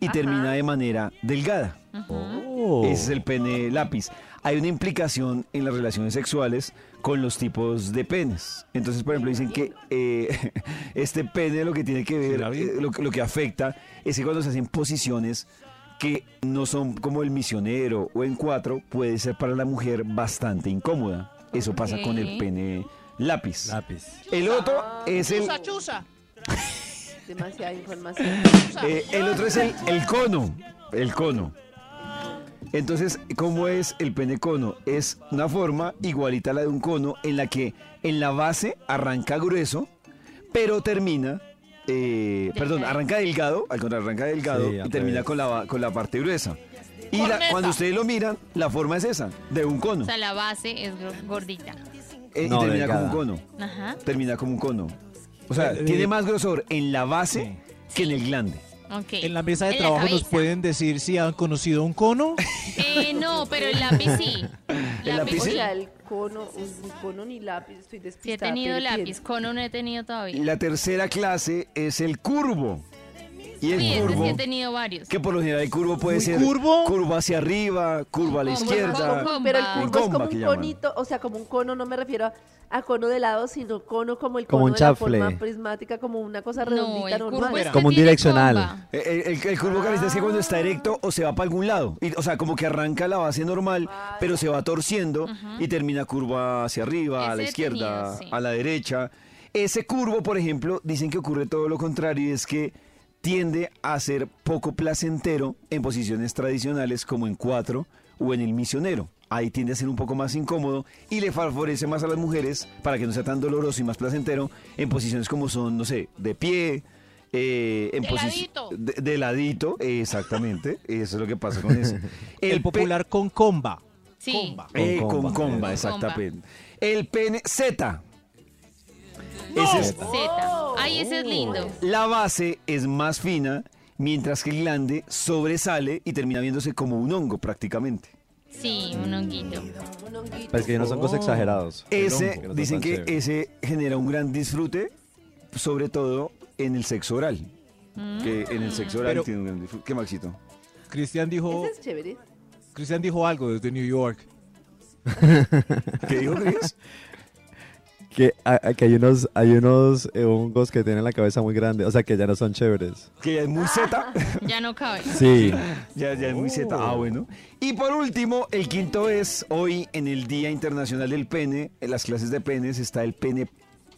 Speaker 2: y
Speaker 3: Ajá.
Speaker 2: termina de manera delgada. Ese es el pene lápiz. Hay una implicación en las relaciones sexuales con los tipos de penes. Entonces, por ejemplo, dicen que eh, este pene lo que tiene que ver,
Speaker 5: la vi?
Speaker 2: eh, lo, que- lo que afecta es que cuando se hacen posiciones que no son como el misionero o en cuatro, puede ser para la mujer bastante incómoda. Eso pasa con el
Speaker 4: Ok.
Speaker 2: pene lápiz.
Speaker 6: Lápiz.
Speaker 2: El
Speaker 4: Ah.
Speaker 2: otro es el,
Speaker 1: Chusa, chusa.
Speaker 3: Demasiada información.
Speaker 2: eh, el otro es el, el cono. El cono. Entonces, ¿cómo es el pene cono? Es una forma igualita a la de un cono en la que en la base arranca grueso, pero termina. eh, perdón, arranca delgado, al contrario, arranca delgado
Speaker 6: Sí,
Speaker 2: y
Speaker 6: al
Speaker 2: termina
Speaker 6: revés.
Speaker 2: con la, ba- con la parte gruesa. Y la-
Speaker 1: Corneta.
Speaker 2: cuando ustedes lo miran, la forma es esa, de un cono.
Speaker 4: O sea, la base es gro- gordita.
Speaker 2: eh, y
Speaker 6: No,
Speaker 2: termina
Speaker 6: delgada.
Speaker 2: como un cono.
Speaker 4: Ajá.
Speaker 2: Termina como un cono. O sea,
Speaker 5: Eh, eh,
Speaker 2: tiene más grosor en la base que en el glande.
Speaker 4: Ok.
Speaker 5: En la mesa de
Speaker 4: En
Speaker 5: trabajo nos
Speaker 4: cabeza.
Speaker 5: pueden decir si han conocido un cono.
Speaker 4: Eh, no, pero el lápiz sí.
Speaker 2: ¿El lápiz
Speaker 3: O
Speaker 2: sí?
Speaker 4: sí.
Speaker 3: sea, el cono, un cono ni lápiz,
Speaker 4: Sí
Speaker 3: estoy
Speaker 4: he
Speaker 3: despistada.
Speaker 4: tenido
Speaker 3: pero
Speaker 4: lápiz,
Speaker 3: tiene.
Speaker 4: cono no he tenido todavía.
Speaker 2: La tercera clase es el curvo. Y el
Speaker 4: Sí, ese sí
Speaker 2: curvo,
Speaker 4: he tenido varios.
Speaker 2: que por lo general el curvo puede
Speaker 5: ¿Muy
Speaker 2: ser
Speaker 5: curvo?
Speaker 2: curva hacia arriba, curva a la
Speaker 4: Como
Speaker 2: izquierda.
Speaker 4: combo.
Speaker 3: Pero el
Speaker 4: En
Speaker 3: curvo es
Speaker 2: comba,
Speaker 3: como
Speaker 2: que
Speaker 3: un
Speaker 2: llaman.
Speaker 3: conito, o sea, como un cono, no me refiero a, a cono de lado, sino cono como el
Speaker 6: Como
Speaker 3: cono
Speaker 6: un
Speaker 3: de la
Speaker 6: chafle.
Speaker 3: forma prismática, como una cosa
Speaker 4: No,
Speaker 3: redondita
Speaker 4: el curvo
Speaker 3: normal.
Speaker 4: es que
Speaker 6: Como un
Speaker 4: tiene
Speaker 6: direccional.
Speaker 4: comba.
Speaker 2: Eh, eh, El, el
Speaker 3: Ah.
Speaker 2: curvo carista es que cuando está erecto o se va para algún lado. Y, o sea, como que arranca la base normal, pero se va torciendo y termina curva hacia arriba, a
Speaker 4: Ese
Speaker 2: la
Speaker 4: he
Speaker 2: izquierda,
Speaker 4: tenido, sí.
Speaker 2: a la derecha. Ese curvo, por ejemplo, dicen que ocurre todo lo contrario y es que tiende a ser poco placentero en posiciones tradicionales como en cuatro o en el misionero. Ahí tiende a ser un poco más incómodo y le favorece más a las mujeres para que no sea tan doloroso y más placentero en posiciones como son, no sé, de pie, eh, en
Speaker 1: De
Speaker 2: posici-
Speaker 1: ladito.
Speaker 2: De, de ladito, eh, exactamente. Eso es lo que pasa con eso.
Speaker 5: El,
Speaker 2: pe-
Speaker 5: popular con comba.
Speaker 4: Sí.
Speaker 5: Comba.
Speaker 2: eh, con comba,
Speaker 6: Con
Speaker 4: comba.
Speaker 2: exactamente. El pene
Speaker 4: Z.
Speaker 2: Z. Ese Oh. es-
Speaker 4: Ay, ese es lindo.
Speaker 2: la base es más fina, mientras que el glande sobresale y termina viéndose como un hongo prácticamente.
Speaker 4: Sí, un honguito.
Speaker 6: Pues que no son
Speaker 4: Oh.
Speaker 6: cosas exagerados.
Speaker 2: Ese,
Speaker 6: Que no son
Speaker 2: dicen
Speaker 6: tan
Speaker 2: que
Speaker 6: chéveres.
Speaker 2: ese genera un gran disfrute, sobre todo en el sexo oral. Que en el sexo oral
Speaker 5: Pero-
Speaker 2: tiene un gran disfrute. ¿Qué, Maxito?
Speaker 5: Cristian dijo,
Speaker 3: Ese es chévere.
Speaker 5: Cristian dijo algo desde New York.
Speaker 2: ¿Qué dijo Cris?
Speaker 6: Que, a- a- que hay unos, hay unos eh, hongos que tienen la cabeza muy grande, o sea que ya no son chéveres.
Speaker 2: que ya es muy Z.
Speaker 4: Ya no cabe.
Speaker 6: Sí.
Speaker 2: Ya, ya es muy Z. Ah, bueno. Y por último, el quinto es, hoy en el Día Internacional del Pene, en las clases de penes está el pene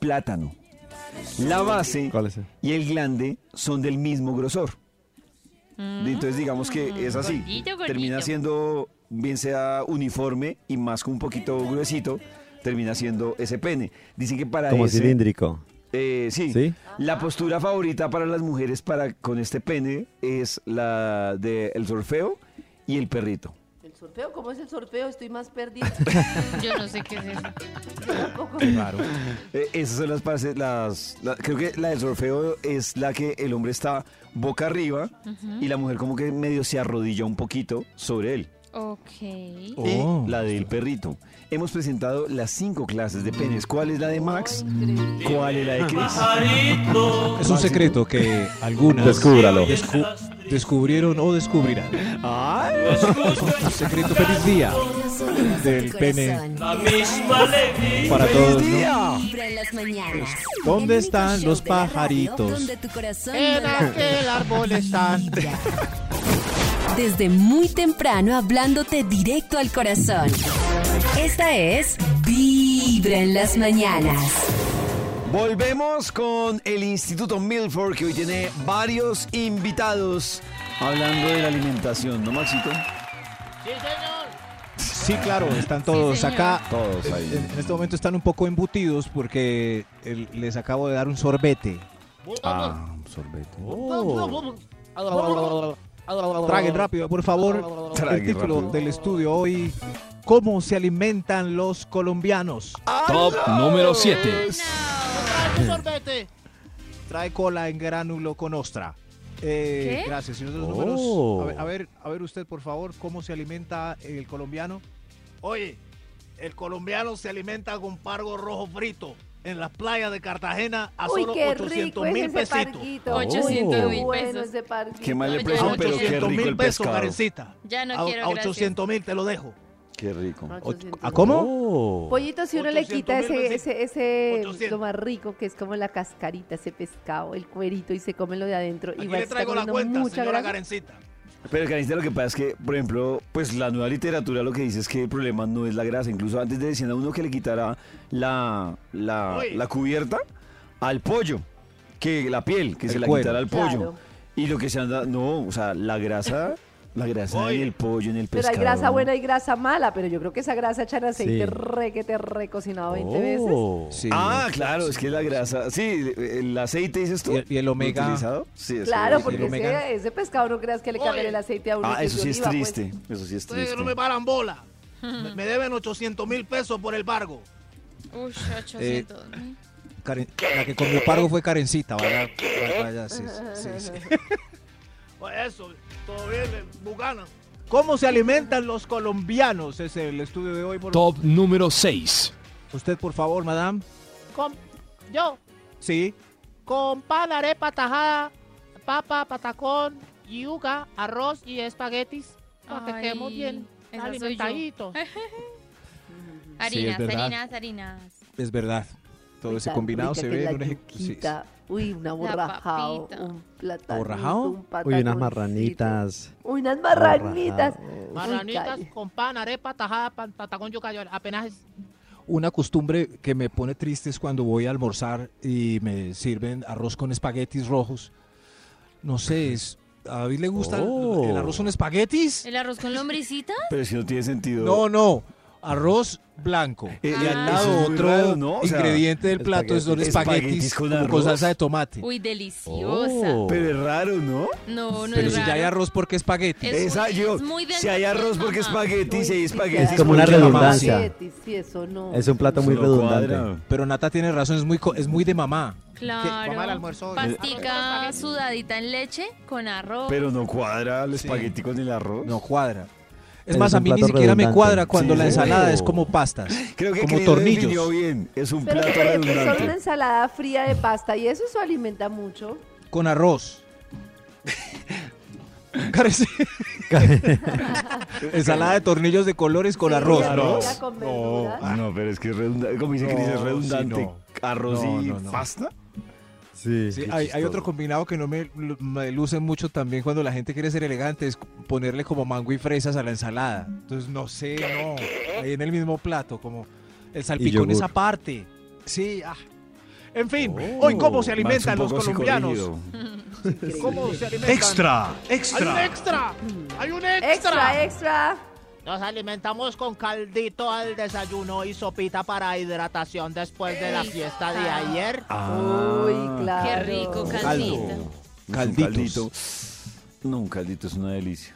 Speaker 2: plátano. La base
Speaker 6: ¿Cuál es? ese?
Speaker 2: y el glande son del mismo grosor. Entonces digamos que es así.
Speaker 4: Gordito, gordito.
Speaker 2: Termina siendo, bien sea uniforme y más que un poquito gruesito, termina siendo ese pene. Dicen que para
Speaker 6: Como
Speaker 2: ese-
Speaker 6: cilíndrico.
Speaker 2: eh, sí.
Speaker 6: ¿Sí?
Speaker 2: La postura favorita para las mujeres para con este pene es la de el sorfeo y el perrito.
Speaker 3: ¿El sorteo? ¿Cómo es el sorteo? Estoy más perdida.
Speaker 4: Yo no sé qué es eso.
Speaker 3: Tampoco.
Speaker 2: Eh, esas son las partes, las, la- creo que la del sorfeo es la que el hombre está boca arriba y la mujer como que medio se arrodilla un poquito sobre él.
Speaker 4: Ok.
Speaker 2: Y
Speaker 5: Oh.
Speaker 2: la del perrito. Hemos presentado las cinco clases de penes. ¿Cuál es la de Max? ¿Cuál es la de Chris?
Speaker 5: Es un secreto que algunas
Speaker 6: Descúbralo.
Speaker 5: descu- descubrieron o descubrirán. Un secreto feliz día
Speaker 7: Los oídos de
Speaker 5: del
Speaker 7: tu
Speaker 5: pene
Speaker 7: corazón.
Speaker 5: para todos. ¿no?
Speaker 7: Vibra en las mañanas.
Speaker 5: ¿Dónde
Speaker 7: El único
Speaker 5: están
Speaker 7: show
Speaker 5: los
Speaker 7: de la radio
Speaker 5: pajaritos?
Speaker 7: Donde tu corazón
Speaker 1: En
Speaker 7: no late.
Speaker 1: aquel árbol están.
Speaker 7: Desde muy temprano hablándote directo al corazón. Esta es Vibra en las mañanas.
Speaker 2: Volvemos con el Instituto Milford que hoy tiene varios invitados hablando de la alimentación, ¿no, Maxito?
Speaker 1: Sí, señor.
Speaker 5: Sí, claro, están todos
Speaker 4: señor.
Speaker 5: acá.
Speaker 2: Todos
Speaker 5: En, en este momento están un poco embutidos porque el- les acabo de dar un sorbete. Oh.
Speaker 2: Ah, un sorbete. Oh.
Speaker 5: Traguen rápido, por favor.
Speaker 2: Traguen
Speaker 5: el título
Speaker 2: rápido.
Speaker 5: del estudio hoy: ¿Cómo se alimentan los colombianos?
Speaker 9: Top número 7.
Speaker 1: Trae tu sorbete.
Speaker 5: Trae cola en gránulo con ostra. Eh,
Speaker 4: ¿Qué?
Speaker 5: Gracias. Y nosotros
Speaker 6: Oh.
Speaker 5: números, a, ver, a ver, a ver usted, por favor, ¿cómo se alimenta el colombiano?
Speaker 11: Oye, el colombiano se alimenta con pargo rojo frito,
Speaker 1: en la playa de Cartagena a
Speaker 3: Uy,
Speaker 1: solo
Speaker 3: qué
Speaker 1: 800
Speaker 3: rico es
Speaker 1: mil
Speaker 3: ese
Speaker 1: pesitos.
Speaker 3: parquito.
Speaker 4: 800
Speaker 3: Qué
Speaker 4: mil
Speaker 5: Oh.
Speaker 3: bueno
Speaker 4: pesos.
Speaker 3: ese parquito.
Speaker 2: Qué mal
Speaker 4: No,
Speaker 2: le
Speaker 4: ya
Speaker 2: precio,
Speaker 4: no
Speaker 2: pero qué
Speaker 1: 800
Speaker 2: rico
Speaker 1: mil
Speaker 2: el
Speaker 1: pesos,
Speaker 2: pescado.
Speaker 1: Karencita.
Speaker 4: Ya no
Speaker 1: a,
Speaker 4: quiero,
Speaker 1: a
Speaker 4: gracias.
Speaker 1: 800 mil te lo dejo.
Speaker 2: Qué rico.
Speaker 3: 800
Speaker 5: ¿A cómo?
Speaker 6: Oh.
Speaker 3: Pollito, si uno le quita
Speaker 1: 800 mil
Speaker 3: ese, ese, ese
Speaker 1: 800.
Speaker 3: lo más rico, que es como la cascarita, ese pescado, el cuerito, y se come lo de adentro,
Speaker 1: Aquí
Speaker 3: igual
Speaker 1: le
Speaker 3: está
Speaker 1: traigo la
Speaker 3: comiendo
Speaker 1: cuenta,
Speaker 3: mucha
Speaker 1: señora
Speaker 3: grasa.
Speaker 1: Karencita.
Speaker 2: Pero Karencita, lo que pasa es que, por ejemplo, pues la nueva literatura lo que dice es que el problema no es la grasa. Incluso antes de decían a uno que le quitara la, la,
Speaker 1: Uy.
Speaker 2: la cubierta al pollo, que la piel, que
Speaker 5: El
Speaker 2: se la
Speaker 5: cuero.
Speaker 2: quitara al pollo.
Speaker 3: Claro.
Speaker 2: Y lo que se anda, no, o sea, la grasa, la grasa en
Speaker 1: Uy.
Speaker 2: el pollo, en el
Speaker 3: Pero
Speaker 2: pescado.
Speaker 3: hay grasa buena y grasa mala, pero yo creo que esa grasa echan aceite
Speaker 6: Sí.
Speaker 3: re que te recocinado 20 veces.
Speaker 6: Oh.
Speaker 5: Sí.
Speaker 2: Ah, claro, es que la grasa, sí, el aceite dices tú.
Speaker 5: ¿Y el- y el omega?
Speaker 2: ¿Utilizado? Sí, eso
Speaker 3: Claro,
Speaker 2: es.
Speaker 3: porque
Speaker 5: lo megan.
Speaker 3: ese, ese pescado no creas que le cambian
Speaker 1: Oye.
Speaker 3: el aceite a uno.
Speaker 2: Ah,
Speaker 3: que
Speaker 2: eso
Speaker 3: yo
Speaker 2: sí es
Speaker 3: iba, pues.
Speaker 2: triste, eso sí es
Speaker 1: Ustedes
Speaker 2: triste.
Speaker 1: no me paran bola. Me, me deben 800 mil pesos por el Eh, barco.
Speaker 4: Uy, 800 mil.
Speaker 5: Karen- la que comió pargo fue Karencita, vaya,
Speaker 2: ¿Eh?
Speaker 5: vaya, sí, sí, sí, sí.
Speaker 1: Pues Eso, todo bien, eh, Bucana. ¿Cómo se alimentan los colombianos? Es el estudio de hoy. Por...
Speaker 9: Top número 6.
Speaker 5: Usted, por favor, madame.
Speaker 1: Con- yo,
Speaker 5: Sí.
Speaker 1: con pan, arepa, tajada, papa, patacón, yuca, arroz y espaguetis. Para que
Speaker 4: Ay,
Speaker 1: quedemos bien
Speaker 4: esa soy yo.
Speaker 1: alimentaditos.
Speaker 4: Harinas,
Speaker 5: verdad.
Speaker 4: harinas, harinas.
Speaker 5: Es verdad. Todo
Speaker 3: Uy,
Speaker 5: ese
Speaker 3: tan
Speaker 5: combinado
Speaker 3: rica
Speaker 5: se
Speaker 3: que
Speaker 5: ve
Speaker 3: es
Speaker 5: en
Speaker 3: la
Speaker 5: un eje- sí, sí.
Speaker 3: yuquita. Uy, una borrajao,
Speaker 4: papita.
Speaker 3: un platanito,
Speaker 5: ¿Borrajao?
Speaker 3: un
Speaker 6: Uy, unas
Speaker 3: pataconcito.
Speaker 6: marranitas.
Speaker 3: Uy, Unas marranitas.
Speaker 6: Borrajao.
Speaker 3: Marranitas
Speaker 1: Marranitas con pan, arepa, tajada, pan, patacón, yuca. yo- Apenas es-
Speaker 5: Una costumbre que me pone triste es cuando voy a almorzar y me sirven arroz con espaguetis rojos. No sé, es- ¿a David le gusta
Speaker 6: Oh.
Speaker 5: el arroz con espaguetis?
Speaker 4: ¿El arroz con lombricitas?
Speaker 2: Pero si no tiene sentido.
Speaker 5: No, no. Arroz blanco.
Speaker 2: Eh,
Speaker 5: y al
Speaker 4: ah.
Speaker 5: lado
Speaker 2: eso es muy
Speaker 5: otro
Speaker 2: raro, ¿no? O sea,
Speaker 5: ingrediente del plato es son
Speaker 2: espaguetis.
Speaker 5: espaguetis
Speaker 2: Espaguetis con
Speaker 5: como con,
Speaker 2: arroz.
Speaker 5: salsa de tomate.
Speaker 4: Uy, deliciosa.
Speaker 6: Oh.
Speaker 2: Pero es raro, ¿no?
Speaker 4: No, no
Speaker 5: Pero
Speaker 4: es
Speaker 5: si ya hay
Speaker 4: raro.
Speaker 5: arroz, ¿por qué espagueti?
Speaker 4: Es
Speaker 2: Esa,
Speaker 4: muy-
Speaker 2: ah, yo,
Speaker 4: es muy del
Speaker 2: si hay arroz
Speaker 4: mamá.
Speaker 2: porque espagueti,
Speaker 3: Uy,
Speaker 2: si hay
Speaker 3: sí,
Speaker 2: espagueti.
Speaker 3: claro.
Speaker 6: como una
Speaker 2: porque mamá.
Speaker 6: redundancia.
Speaker 3: Espaguetis, sí, eso no.
Speaker 6: Es un plato muy
Speaker 2: Eso no cuadra.
Speaker 6: redundante.
Speaker 5: Pero Nata tiene razón, es muy, co- es muy de mamá.
Speaker 4: Claro.
Speaker 1: Mamá, el almuerzo hoy.
Speaker 4: Pastica sudadita en leche con arroz.
Speaker 2: Pero no cuadra el espagueti con el arroz.
Speaker 5: No cuadra. Es
Speaker 6: Es
Speaker 5: más,
Speaker 6: un
Speaker 5: a mí ni
Speaker 6: plato
Speaker 5: siquiera me
Speaker 6: redundante.
Speaker 5: cuadra cuando
Speaker 2: Sí,
Speaker 5: la
Speaker 2: sí.
Speaker 5: ensalada
Speaker 6: Oh.
Speaker 5: es como pastas,
Speaker 2: Creo que
Speaker 5: como
Speaker 2: Cris lo definió
Speaker 5: tornillos,
Speaker 2: bien. Es un
Speaker 3: Pero
Speaker 2: plato
Speaker 3: que, por ejemplo, solo una
Speaker 2: redundante.
Speaker 3: ensalada fría de pasta y eso, eso alimenta mucho.
Speaker 5: con arroz. Carece- ensalada de tornillos de colores con
Speaker 3: Sí,
Speaker 5: arroz.
Speaker 3: ya
Speaker 2: arroz.
Speaker 3: podría comer verduras.
Speaker 2: Ah, no, pero es que es redundante. Como dice
Speaker 5: No,
Speaker 2: Cris, es
Speaker 5: sí,
Speaker 2: redundante.
Speaker 5: no.
Speaker 2: Arroz
Speaker 5: No,
Speaker 2: y
Speaker 5: no, no.
Speaker 2: pasta.
Speaker 6: Sí.
Speaker 5: pues, Sí,
Speaker 6: qué
Speaker 5: hay, hay otro
Speaker 6: chistoso.
Speaker 5: combinado que no me, lu- me luce mucho también cuando la gente quiere ser elegante, es ponerle como mango y fresas a la ensalada. Entonces, no sé, no. Ahí en el mismo plato, como el salpicón es
Speaker 6: yogur.
Speaker 5: aparte. Sí, ah.
Speaker 1: En fin,
Speaker 6: Oh.
Speaker 1: hoy cómo se
Speaker 2: Max, Uh, un
Speaker 1: alimentan los
Speaker 2: poco
Speaker 1: colombianos.
Speaker 2: psicorrígido.
Speaker 1: ¿Cómo se alimentan? Hay un extra. Hay un extra.
Speaker 3: Extra, extra.
Speaker 1: Nos alimentamos con caldito al desayuno y sopita para hidratación después de la fiesta de ayer.
Speaker 3: Uy, claro.
Speaker 4: Ah. Qué rico, caldito.
Speaker 2: Ah, Caldo.
Speaker 5: Calditos.
Speaker 2: Caldito. No, un caldito es una delicia.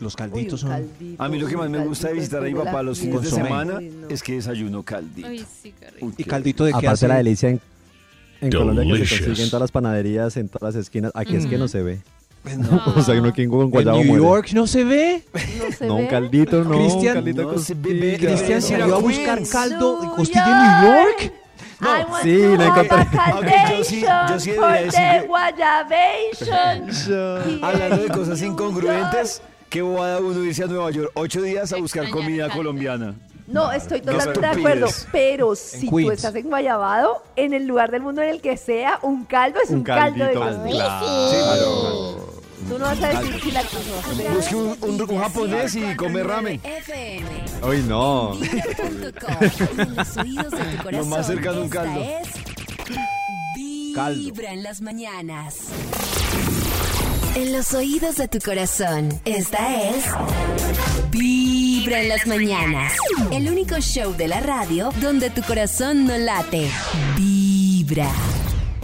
Speaker 5: Los
Speaker 3: Uy, un
Speaker 5: calditos son...
Speaker 3: caldito,
Speaker 2: A mí lo que
Speaker 3: un
Speaker 2: más me gusta de
Speaker 3: caldito
Speaker 2: visitar a mi
Speaker 3: después
Speaker 2: papá
Speaker 3: la
Speaker 2: los
Speaker 3: fiesta.
Speaker 2: fines de
Speaker 5: Consomé.
Speaker 2: semana
Speaker 3: Uy, no.
Speaker 2: es que desayuno caldito.
Speaker 4: Ay, sí, qué rico.
Speaker 2: Uy,
Speaker 5: ¿Y
Speaker 2: qué-
Speaker 5: caldito de qué
Speaker 6: Aparte
Speaker 5: hace?
Speaker 6: la delicia en, en Colombia que se
Speaker 9: Delicious.
Speaker 6: consigue en todas las panaderías, en todas las esquinas. Aquí es que
Speaker 7: Mm.
Speaker 6: no se ve.
Speaker 4: No.
Speaker 6: o sea, uno que con
Speaker 5: Pues ¿En
Speaker 6: guayabo
Speaker 5: New
Speaker 6: muere.
Speaker 5: York no se ve?
Speaker 3: No se
Speaker 6: No, un
Speaker 3: ve.
Speaker 6: caldito, no.
Speaker 5: Cristian,
Speaker 6: un caldito
Speaker 2: no
Speaker 6: con
Speaker 2: se ve.
Speaker 6: costilla.
Speaker 5: Cristian
Speaker 2: Sí,
Speaker 5: salió a
Speaker 2: Queens.
Speaker 5: buscar caldo de
Speaker 3: New
Speaker 5: costilla en New York.
Speaker 3: I want
Speaker 6: sí,
Speaker 3: to
Speaker 6: la
Speaker 3: have
Speaker 6: encontré.
Speaker 3: a
Speaker 5: Ah,
Speaker 2: Aunque yo sí- yo sí
Speaker 3: foundation
Speaker 2: debería
Speaker 3: for
Speaker 2: decir
Speaker 3: the
Speaker 2: que-
Speaker 3: guayabation here
Speaker 2: Hablando de
Speaker 3: in
Speaker 2: cosas
Speaker 3: New
Speaker 2: incongruentes,
Speaker 3: York.
Speaker 2: qué bobada uno irse a Nueva York ocho días a buscar
Speaker 4: Extrañar
Speaker 2: comida
Speaker 4: tanto.
Speaker 2: colombiana.
Speaker 3: No, estoy totalmente de
Speaker 2: estupides.
Speaker 3: acuerdo. Pero si tú
Speaker 5: Queens.
Speaker 3: estás en Guayabado, en el lugar del mundo en el que sea, un caldo es un, caldo de
Speaker 6: caldito,
Speaker 3: costilla. Tú no vas a decir si la
Speaker 2: Busque un, un- un japonés y come ramen.
Speaker 7: FM.
Speaker 6: Ay, no.
Speaker 7: Vibra.com. En los oídos de tu corazón.
Speaker 2: Lo más cercano a un caldo.
Speaker 7: Esta es
Speaker 5: Caldo.
Speaker 7: Vibra en las mañanas. En los oídos de tu corazón. Esta es Vibra en las mañanas. El único show de la radio donde tu corazón no late. Vibra.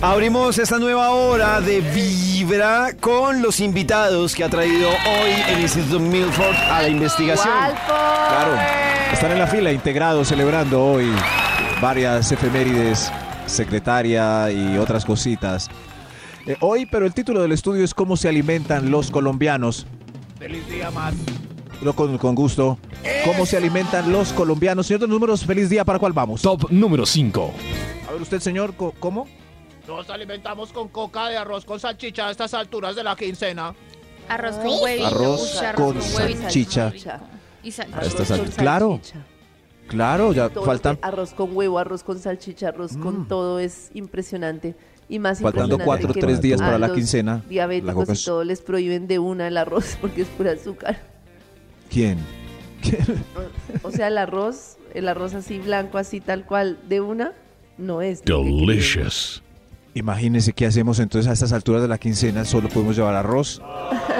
Speaker 2: Abrimos esta nueva hora de Vibra con los invitados que ha traído hoy el Instituto Milford a la investigación.
Speaker 3: pues?
Speaker 5: Claro, están en la fila integrados celebrando hoy varias efemérides, secretaria y otras cositas. Eh, hoy, pero el título del estudio es ¿Cómo se alimentan los colombianos?
Speaker 1: Feliz día más.
Speaker 5: Lo con, con gusto. ¿Cómo se alimentan los colombianos? Señor de los números, feliz día. ¿Para cuál vamos?
Speaker 9: Top número 5.
Speaker 5: ver, usted, señor, co- ¿cómo?
Speaker 1: Nos alimentamos con coca de arroz con salchicha a estas alturas de la quincena.
Speaker 4: Arroz con huevito.
Speaker 5: Arroz
Speaker 4: uy,
Speaker 5: con
Speaker 4: huevito.
Speaker 5: salchicha.
Speaker 4: Y
Speaker 5: A
Speaker 4: salchicha.
Speaker 5: estas
Speaker 3: con
Speaker 5: alturas. Claro,
Speaker 3: salchicha.
Speaker 5: claro, ya
Speaker 3: Todo lo
Speaker 5: faltan Mm.
Speaker 3: que- arroz con huevo, arroz con salchicha, arroz con todo es impresionante. Y más
Speaker 5: faltando
Speaker 3: impresionante
Speaker 5: cuatro o
Speaker 3: que
Speaker 5: tres días
Speaker 3: a
Speaker 5: para la
Speaker 3: los
Speaker 5: quincena. La
Speaker 3: Diabéticos
Speaker 5: coca
Speaker 3: y
Speaker 5: es-
Speaker 3: todo les prohíben de una el arroz porque es pura azúcar.
Speaker 5: ¿Quién? ¿Quién?
Speaker 3: O sea, el arroz, el arroz así blanco, así tal cual, de una, no es. lo que
Speaker 9: Delicious.
Speaker 5: Imagínese qué hacemos entonces a estas alturas de la quincena, solo podemos llevar arroz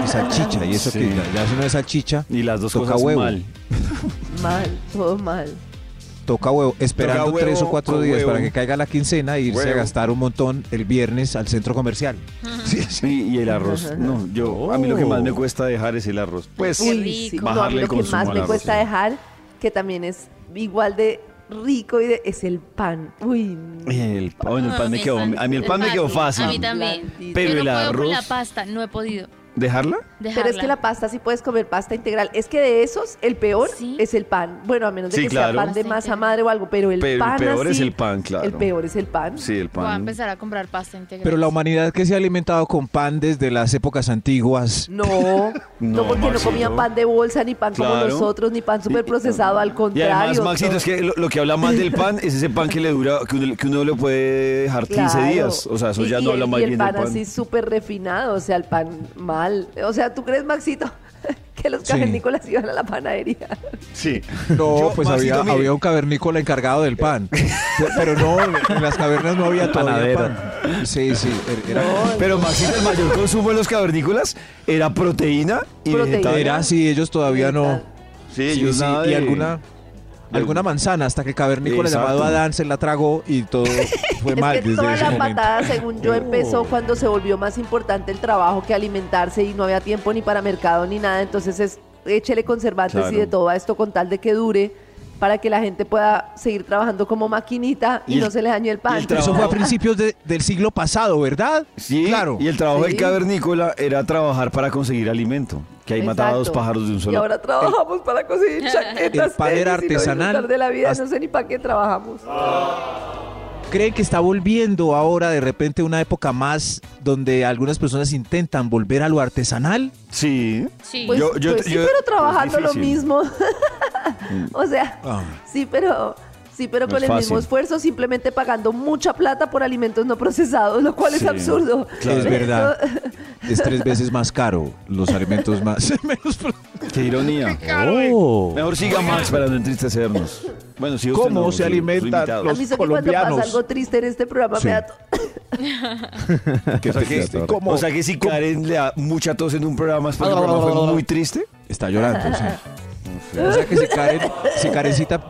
Speaker 5: y salchicha, y eso
Speaker 2: Sí.
Speaker 5: que ya, ya eso no es salchicha,
Speaker 2: Y las dos
Speaker 5: Toca
Speaker 2: cosas
Speaker 5: huevo.
Speaker 2: mal.
Speaker 3: quieren. Mal, todo mal.
Speaker 5: toca huevo, esperando
Speaker 2: Toca huevo
Speaker 5: tres o cuatro
Speaker 2: con
Speaker 5: días
Speaker 2: huevo.
Speaker 5: para que caiga la quincena e irse a
Speaker 2: Huevo.
Speaker 5: gastar un montón el viernes al centro comercial.
Speaker 2: Sí, sí, y el arroz. No, yo, a mí lo que más me cuesta dejar es el arroz. Pues
Speaker 3: Uy, sí.
Speaker 4: rico.
Speaker 3: No, a
Speaker 2: bajarle
Speaker 3: mí lo que
Speaker 2: consumo
Speaker 3: más
Speaker 2: al
Speaker 3: me
Speaker 2: arroz,
Speaker 3: cuesta
Speaker 2: sí.
Speaker 3: dejar, que también es igual de rico y de, es el pan. Uy, no.
Speaker 2: el, ah, bueno, el pan me quedó, a mí el pan me quedó fácil.
Speaker 4: A mí también.
Speaker 3: Pero
Speaker 4: Yo no
Speaker 2: el
Speaker 4: puedo con la
Speaker 2: arroz-
Speaker 4: pasta, no he podido
Speaker 2: ¿Dejarla?
Speaker 4: dejarla.
Speaker 3: Pero es que la pasta sí puedes comer pasta integral. Es que de esos, el peor
Speaker 4: Sí.
Speaker 3: es el pan. Bueno, a menos de
Speaker 2: Sí,
Speaker 3: que
Speaker 2: claro.
Speaker 3: sea pan de
Speaker 4: Pasta
Speaker 3: masa
Speaker 4: integral.
Speaker 3: madre o algo, pero el
Speaker 2: Pero el
Speaker 3: pan
Speaker 2: peor es
Speaker 3: así-
Speaker 2: el pan, claro.
Speaker 3: El peor es el pan.
Speaker 2: Sí, el
Speaker 4: Voy a
Speaker 2: pan.
Speaker 4: empezar a comprar pasta integral.
Speaker 5: Pero la humanidad que se ha alimentado con pan desde las épocas antiguas,
Speaker 3: No, no,
Speaker 2: No,
Speaker 3: porque no
Speaker 2: Maxito.
Speaker 3: comían pan de bolsa, ni pan como
Speaker 2: Claro.
Speaker 3: nosotros, ni pan
Speaker 2: Y-
Speaker 3: súper procesado, al
Speaker 2: Y
Speaker 3: contrario.
Speaker 2: además, Maxito,
Speaker 3: no.
Speaker 2: es que lo, lo que habla más del pan es ese pan que le dura, que uno, que uno le puede dejar 15
Speaker 3: Claro.
Speaker 2: días. O sea, eso
Speaker 3: Y-
Speaker 2: ya
Speaker 3: y
Speaker 2: no
Speaker 3: el-
Speaker 2: habla más
Speaker 3: y el
Speaker 2: bien
Speaker 3: pan
Speaker 2: del pan.
Speaker 3: así súper refinado, o sea, el pan mal. O sea, ¿tú crees, Maxito, que los
Speaker 5: Sí.
Speaker 3: cavernícolas iban a la panadería?
Speaker 2: Sí.
Speaker 5: no,
Speaker 2: Yo,
Speaker 5: pues
Speaker 2: Maxito,
Speaker 5: había,
Speaker 2: mire,
Speaker 5: había un cavernícola encargado del pan, Pe- pero no, en las cavernas no había todavía
Speaker 2: Panadero.
Speaker 5: pan. Sí, sí, er- era,
Speaker 2: Pero Maxito, el mayor consumo de los cavernícolas era proteína y
Speaker 3: Proteína.
Speaker 2: vegetales.
Speaker 5: era así, ellos todavía no...
Speaker 2: Sí,
Speaker 5: Sí,
Speaker 2: ellos
Speaker 5: sí,
Speaker 2: nada
Speaker 5: y
Speaker 2: de-
Speaker 5: alguna alguna manzana hasta que el cavernícola
Speaker 2: Exacto.
Speaker 5: llamado Adán se la tragó y todo fue
Speaker 3: Es
Speaker 5: mal
Speaker 3: que
Speaker 5: desde
Speaker 3: toda
Speaker 5: ese
Speaker 3: la
Speaker 5: momento.
Speaker 3: patada, según yo,
Speaker 2: Uh.
Speaker 3: empezó cuando se volvió más importante el trabajo que alimentarse y no había tiempo ni para mercado ni nada. Entonces es échele conservantes
Speaker 2: Claro.
Speaker 3: y de todo a esto con tal de que dure para que la gente pueda seguir trabajando como maquinita y,
Speaker 2: Y el-
Speaker 3: no se le dañe el pan.
Speaker 2: y el
Speaker 5: Eso
Speaker 2: trabajo-
Speaker 5: fue a principios de- del siglo pasado, ¿verdad?
Speaker 2: Sí,
Speaker 5: claro.
Speaker 2: Y el trabajo
Speaker 3: Sí.
Speaker 2: del cavernícola era trabajar para conseguir alimento, que ahí mataba a dos
Speaker 3: Exacto.
Speaker 2: pájaros de un
Speaker 3: Y
Speaker 2: solo.
Speaker 3: ahora trabajamos para conseguir chaquetas.
Speaker 5: El pan era
Speaker 3: tenis y no
Speaker 5: artesanal.
Speaker 3: disfrutar de la vida,
Speaker 5: Hasta-
Speaker 3: no sé ni para qué trabajamos.
Speaker 5: ¿Creen que está volviendo ahora de repente una época más donde algunas personas intentan volver a lo artesanal?
Speaker 2: Sí.
Speaker 4: Sí.
Speaker 3: Pues,
Speaker 2: Yo- yo-
Speaker 3: pues sí,
Speaker 2: yo-
Speaker 3: pero
Speaker 2: es
Speaker 3: trabajando lo
Speaker 2: difícil.
Speaker 3: mismo. o sea,
Speaker 5: Ah.
Speaker 3: sí, pero sí, pero
Speaker 2: No
Speaker 3: con
Speaker 2: es
Speaker 3: el mismo
Speaker 2: fácil.
Speaker 3: esfuerzo, simplemente pagando mucha plata por alimentos no procesados, lo cual
Speaker 2: Sí,
Speaker 3: es absurdo.
Speaker 2: claro.
Speaker 5: Es verdad. Es tres veces más caro los alimentos más menos pro-
Speaker 2: Qué ironía.
Speaker 5: Oh.
Speaker 2: Mejor siga Max para no entristecernos. Bueno, sí, usted
Speaker 5: ¿Cómo
Speaker 2: no,
Speaker 5: se
Speaker 2: sus- sus
Speaker 5: alimentan
Speaker 2: invitados.
Speaker 3: A
Speaker 5: los
Speaker 3: mí eso que cuando pasa
Speaker 5: colombianos?
Speaker 3: algo triste en este programa
Speaker 5: Sí.
Speaker 3: me da to-
Speaker 7: ¿eh?
Speaker 2: O sea que,
Speaker 6: Este,
Speaker 2: o sea que si Karen le da mucha tos en un programa es porque el
Speaker 5: Ah,
Speaker 2: programa
Speaker 5: ah, ah,
Speaker 2: fue
Speaker 5: ah.
Speaker 2: muy triste.
Speaker 5: Está llorando, sí. O sea que si, Karen, si Karencita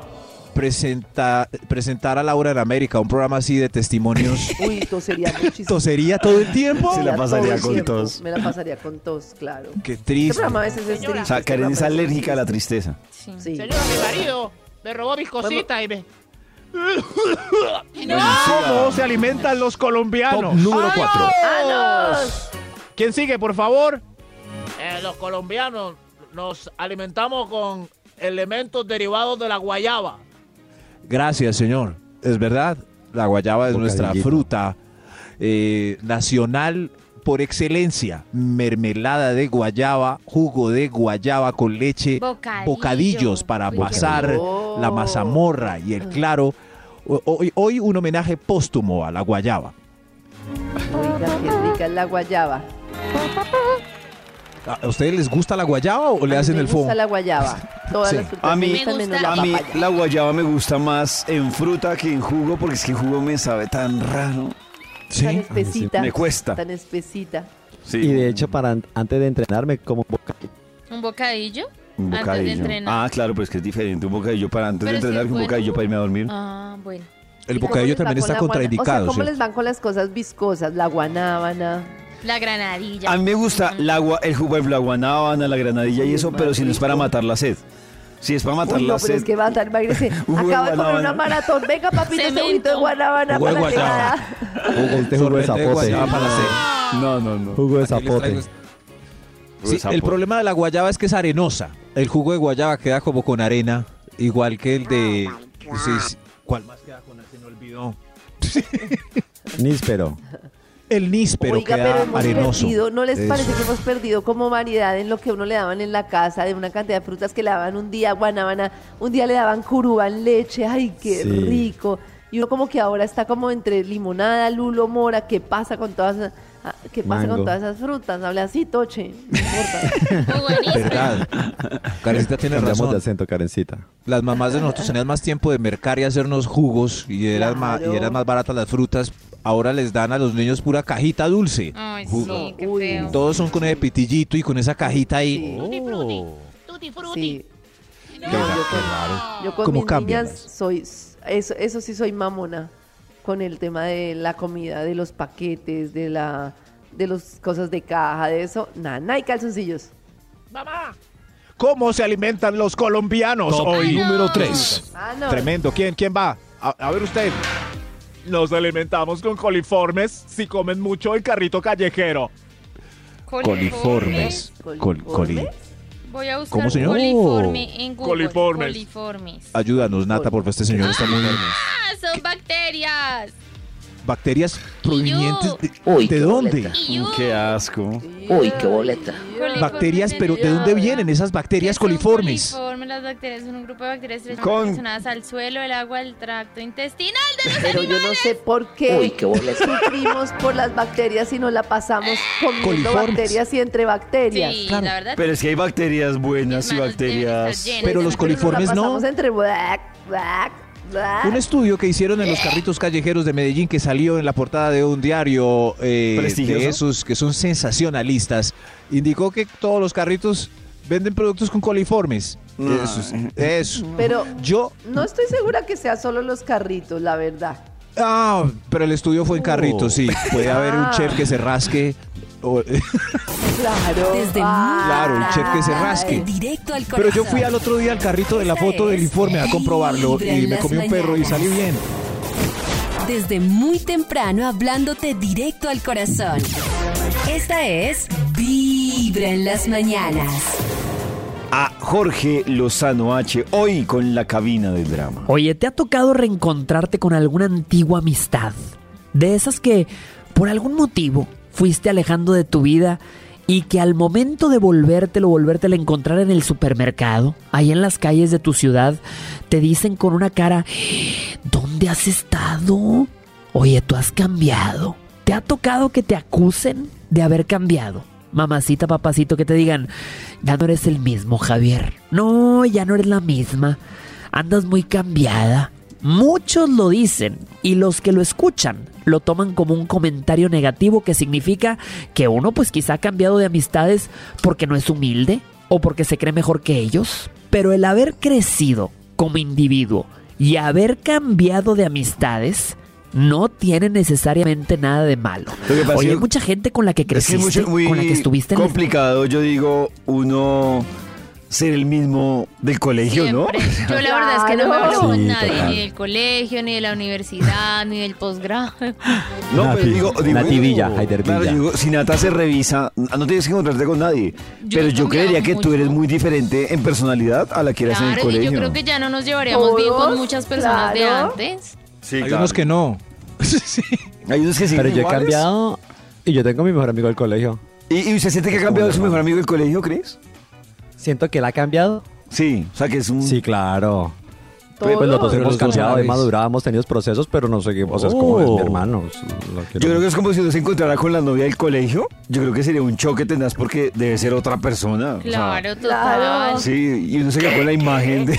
Speaker 5: presenta, presentara a Laura en América, un programa así de testimonios,
Speaker 3: Uy, tosería muchísimo.
Speaker 5: ¿tosería todo el tiempo?
Speaker 2: Se la
Speaker 3: Todo
Speaker 2: pasaría
Speaker 3: el
Speaker 2: con
Speaker 3: tiempo.
Speaker 2: tos.
Speaker 3: Me la pasaría con tos, claro.
Speaker 5: Qué
Speaker 3: Este
Speaker 5: triste.
Speaker 3: programa a veces es triste.
Speaker 2: O sea, Karen
Speaker 3: este
Speaker 2: es
Speaker 3: programa veces
Speaker 2: alérgica a la tristeza.
Speaker 4: Sí.
Speaker 3: Sí.
Speaker 1: Señora, mi marido me robó mis cositas y me...
Speaker 2: ¿Cómo
Speaker 1: se alimentan los colombianos?
Speaker 5: número 4.
Speaker 1: ¡Anos! ¿Quién sigue, por favor? Eh, los colombianos nos alimentamos con elementos derivados de la guayaba.
Speaker 5: Gracias, señor. Es verdad, la guayaba es nuestra
Speaker 6: Bocadillito.
Speaker 5: fruta eh, nacional por excelencia. Mermelada de guayaba, jugo de guayaba con leche,
Speaker 4: Bocadillo.
Speaker 5: bocadillos para
Speaker 4: Uy, qué
Speaker 5: pasar
Speaker 3: rico.
Speaker 5: la mazamorra y el claro. O- Hoy, hoy un homenaje póstumo a la guayaba.
Speaker 3: Oiga, qué rica es la guayaba.
Speaker 5: ¿A a ustedes les gusta la guayaba o le
Speaker 3: A mí
Speaker 5: hacen
Speaker 3: me
Speaker 5: el
Speaker 3: gusta
Speaker 5: fondo?
Speaker 3: la guayaba. Todas
Speaker 5: Sí.
Speaker 3: las frutas
Speaker 2: A
Speaker 3: me
Speaker 2: mí-
Speaker 3: gustan
Speaker 4: Me
Speaker 3: menos
Speaker 4: gusta.
Speaker 3: la
Speaker 2: A mí
Speaker 3: papaya.
Speaker 2: la guayaba me gusta más en fruta que en jugo porque es que en jugo me sabe tan raro.
Speaker 3: tan
Speaker 5: Sí.
Speaker 3: espesita.
Speaker 2: eh, Me cuesta.
Speaker 3: Tan espesita.
Speaker 2: Sí.
Speaker 6: Y de hecho, para an- antes de entrenarme, como boca-
Speaker 4: ¿Un bocadillo?
Speaker 2: un
Speaker 4: antes de
Speaker 2: bocadillo.
Speaker 4: entrenar.
Speaker 2: ah, claro, pero es que es diferente un bocadillo para antes de
Speaker 4: Pero si
Speaker 2: entrenar
Speaker 4: es
Speaker 2: que un
Speaker 4: bueno.
Speaker 2: bocadillo para irme a dormir.
Speaker 4: Ah, bueno.
Speaker 5: El
Speaker 3: ¿Y cómo
Speaker 5: bocadillo
Speaker 3: les
Speaker 5: también está
Speaker 3: va con la guana- O sea,
Speaker 5: contraindicado.
Speaker 3: ¿cómo
Speaker 5: ¿cierto?
Speaker 3: les van con las cosas viscosas? La guanábana.
Speaker 4: La granadilla.
Speaker 2: A mí me gusta el, agua, el jugo de la guanábana, la granadilla
Speaker 3: Uy,
Speaker 2: y eso,
Speaker 3: es
Speaker 2: pero
Speaker 3: más
Speaker 2: si no es para
Speaker 3: rico.
Speaker 2: matar la sed. Si es para matar
Speaker 3: Uy,
Speaker 2: la
Speaker 3: no, pero
Speaker 2: sed.
Speaker 3: es que va a estar imagínese,
Speaker 2: Jugo de
Speaker 3: Acaba de comer
Speaker 2: guanábana.
Speaker 3: una maratón. Venga, papito, este
Speaker 4: Cemento.
Speaker 3: juguito de guanábana
Speaker 5: Jugo de
Speaker 3: para que
Speaker 5: guayaba.
Speaker 3: nada.
Speaker 6: este jugo de
Speaker 5: Sorbete de
Speaker 6: zapote.
Speaker 5: guayaba para hacer.
Speaker 2: No, no, no.
Speaker 6: Jugo de
Speaker 5: Ah. Aquí les traigo
Speaker 6: zapote.
Speaker 5: este- Sí, el problema de la guayaba es que es arenosa. El jugo de guayaba queda como con arena, igual que el de. sí, sí. ¿Cuál más queda con arena? Se me olvidó.
Speaker 6: Níspero.
Speaker 5: El níspero
Speaker 3: Oiga,
Speaker 5: queda
Speaker 3: pero hemos
Speaker 5: arenoso.
Speaker 3: perdido, ¿no les
Speaker 5: Eso.
Speaker 3: parece que hemos perdido como variedad en lo que uno le daban en la casa, de una cantidad de frutas que le daban un día guanábana, un día le daban curuba en leche, ay, qué
Speaker 6: Sí.
Speaker 3: rico. Y uno como que ahora está como entre limonada, lulo, mora, ¿qué pasa con todas ah, qué pasa
Speaker 6: Mango.
Speaker 3: con todas esas frutas? Habla así, toche, no importa.
Speaker 4: Muy buenísimo.
Speaker 5: Verdad. Karencita tiene
Speaker 6: Cambiamos de
Speaker 5: razón.
Speaker 6: acento, Karencita.
Speaker 5: Las mamás de nosotros tenían más tiempo de mercar y hacernos jugos y eran, ma-
Speaker 3: Claro.
Speaker 5: y eran más baratas las frutas. Ahora les dan a los niños pura cajita dulce.
Speaker 4: Ay,
Speaker 5: Jugo.
Speaker 4: sí, qué
Speaker 3: Uy.
Speaker 4: feo.
Speaker 5: Todos son con ese pitillito y con esa cajita ahí.
Speaker 4: Tutti frutti, tutti frutti.
Speaker 3: Sí.
Speaker 5: Qué raro, qué raro.
Speaker 3: Yo con
Speaker 5: ¿Cómo
Speaker 3: mis
Speaker 5: cambian
Speaker 3: niñas soy, eso, eso sí soy mamona con el tema de la comida, de los paquetes, de la de las cosas de caja, de eso, nada, y calzoncillos.
Speaker 1: Mamá,
Speaker 5: ¿Cómo se alimentan los colombianos
Speaker 9: Top
Speaker 5: hoy?
Speaker 9: número 3.
Speaker 3: Ah, no.
Speaker 5: Tremendo. ¿Quién, quién va? A, a ver usted.
Speaker 11: Nos alimentamos con coliformes si comen mucho el carrito callejero.
Speaker 5: Coliformes. Col- coli-
Speaker 3: ¿Coliformes?
Speaker 4: Voy a buscar
Speaker 5: Ah. ¿Cómo, señor?
Speaker 4: coliforme en Google.
Speaker 11: Coliformes.
Speaker 4: Coliformes.
Speaker 5: Ayúdanos, Nata, por favor, este señor está muy...
Speaker 4: Ah, son bacterias.
Speaker 5: Bacterias provenientes de...
Speaker 12: Uy,
Speaker 5: ¿De
Speaker 12: qué
Speaker 5: dónde?
Speaker 4: Y yo-
Speaker 2: Qué asco.
Speaker 12: Uy, qué boleta.
Speaker 4: Coliformes
Speaker 5: Bacterias, pero ¿de dónde
Speaker 4: delgadas.
Speaker 5: vienen esas
Speaker 4: ¿Qué
Speaker 5: bacterias
Speaker 4: son
Speaker 5: coliformes?
Speaker 4: coliformes? Las bacterias son un grupo de bacterias
Speaker 2: Con-
Speaker 4: estrechamente relacionadas al suelo, el agua, el tracto intestinal de los
Speaker 3: Pero yo no sé por qué
Speaker 12: Uy, qué boleta.
Speaker 3: sufrimos por las bacterias y nos la pasamos comiendo
Speaker 5: Coliformes.
Speaker 3: bacterias y entre bacterias.
Speaker 4: Sí,
Speaker 5: claro.
Speaker 4: la verdad.
Speaker 2: Pero es que hay bacterias buenas y
Speaker 4: Mis manos deben
Speaker 2: bacterias.
Speaker 4: estar llenas.
Speaker 5: Pero los
Speaker 4: Pero nos la
Speaker 5: coliformes
Speaker 3: nos la
Speaker 5: no.
Speaker 3: pasamos entre black, black, black.
Speaker 5: Un estudio que hicieron en los carritos callejeros de Medellín que salió en la portada de un diario eh,
Speaker 2: Prestigioso.
Speaker 5: de esos que son sensacionalistas indicó que todos los carritos venden productos con coliformes.
Speaker 2: No.
Speaker 5: Eso, es- eso.
Speaker 3: Pero
Speaker 5: Yo,
Speaker 3: no estoy segura que sea solo los carritos, la verdad.
Speaker 5: ah, pero el estudio fue en carritos, sí. Puede haber un chef que se rasque. o-
Speaker 3: Claro.
Speaker 8: Desde
Speaker 3: Ah,
Speaker 5: Claro, el chef que se rasque.
Speaker 8: Directo al corazón.
Speaker 5: Pero yo fui al otro día al carrito de la
Speaker 8: Esta
Speaker 5: foto del
Speaker 8: es
Speaker 5: informe a comprobarlo
Speaker 8: Vibra
Speaker 5: y
Speaker 8: en
Speaker 5: me
Speaker 8: las
Speaker 5: comí un perro y
Speaker 8: mañanas.
Speaker 5: salí bien.
Speaker 8: Desde muy temprano hablándote directo al corazón.
Speaker 7: Esta es Vibra en las mañanas.
Speaker 2: A Jorge Lozano H, hoy con la cabina del drama.
Speaker 13: Oye, ¿te ha tocado reencontrarte con alguna antigua amistad? De esas que por algún motivo fuiste alejando de tu vida y que al momento de volvértelo, volvértelo a encontrar en el supermercado, ahí en las calles de tu ciudad, te dicen con una cara, ¿dónde has estado? Oye, tú has cambiado. ¿Te ha tocado que te acusen de haber cambiado? Mamacita, papacito, que te digan, ya no eres el mismo, Javier. No, ya no eres la misma. Andas muy cambiada. Muchos lo dicen y los que lo escuchan lo toman como un comentario negativo que significa que uno pues quizá ha cambiado de amistades porque no es humilde o porque se cree mejor que ellos. Pero el haber crecido como individuo y haber cambiado de amistades no tiene necesariamente nada de malo.
Speaker 2: Lo que pasa
Speaker 13: Oye,
Speaker 2: es-
Speaker 13: hay mucha gente con la que
Speaker 2: Es que
Speaker 13: creciste,
Speaker 2: es mucho- muy
Speaker 13: con la que estuviste en el-
Speaker 2: complicado, yo digo, uno ser el mismo del colegio,
Speaker 4: Siempre.
Speaker 2: ¿no?
Speaker 4: Yo la verdad es que no me hablo
Speaker 6: Claro.
Speaker 4: con
Speaker 6: Sí,
Speaker 4: nadie,
Speaker 6: total.
Speaker 4: ni del colegio, ni de la universidad, ni del posgrado.
Speaker 2: No,
Speaker 6: Nati,
Speaker 2: pero digo, digo
Speaker 6: Nati Villa, Haider
Speaker 2: claro,
Speaker 6: Villa.
Speaker 2: yo digo, si Nata se revisa, no tienes que encontrarte con nadie.
Speaker 4: Yo
Speaker 2: pero
Speaker 4: he
Speaker 2: yo
Speaker 4: cambiado
Speaker 2: creería que tú
Speaker 4: mucho.
Speaker 2: eres muy diferente en personalidad a la que eras en el
Speaker 4: Claro, y
Speaker 2: colegio.
Speaker 4: yo creo que ya no nos llevaríamos bien con
Speaker 3: Todos,
Speaker 4: muchas personas de
Speaker 3: claro.
Speaker 4: antes.
Speaker 2: Sí,
Speaker 5: Hay
Speaker 2: claro.
Speaker 5: unos que no.
Speaker 2: Hay unos que siguen
Speaker 6: Pero yo he
Speaker 2: iguales.
Speaker 6: cambiado y yo tengo a mi mejor amigo del colegio.
Speaker 2: ¿Y, y usted siente que ha
Speaker 6: Es
Speaker 2: cambiado
Speaker 6: como
Speaker 2: su
Speaker 6: un
Speaker 2: mejor
Speaker 6: hermano.
Speaker 2: amigo del colegio, crees?
Speaker 6: Siento que él ha cambiado.
Speaker 2: Sí, o sea que es un...
Speaker 6: Sí, claro.
Speaker 3: Todos.
Speaker 6: Pues los dos
Speaker 5: Pero
Speaker 6: hemos
Speaker 5: los dos
Speaker 6: cambiado,
Speaker 5: sabes.
Speaker 6: hemos madurado, hemos tenido procesos, pero no seguimos. O sea, es como
Speaker 2: Oh.
Speaker 6: es mi hermano. es- lo quiero
Speaker 2: Yo creo que es como si uno se encontrara con la novia del colegio. Yo creo que sería un choque tenaz porque debe ser otra persona. o sea,
Speaker 4: Claro,
Speaker 3: Claro.
Speaker 4: total.
Speaker 2: sí, y uno se queda con la imagen de...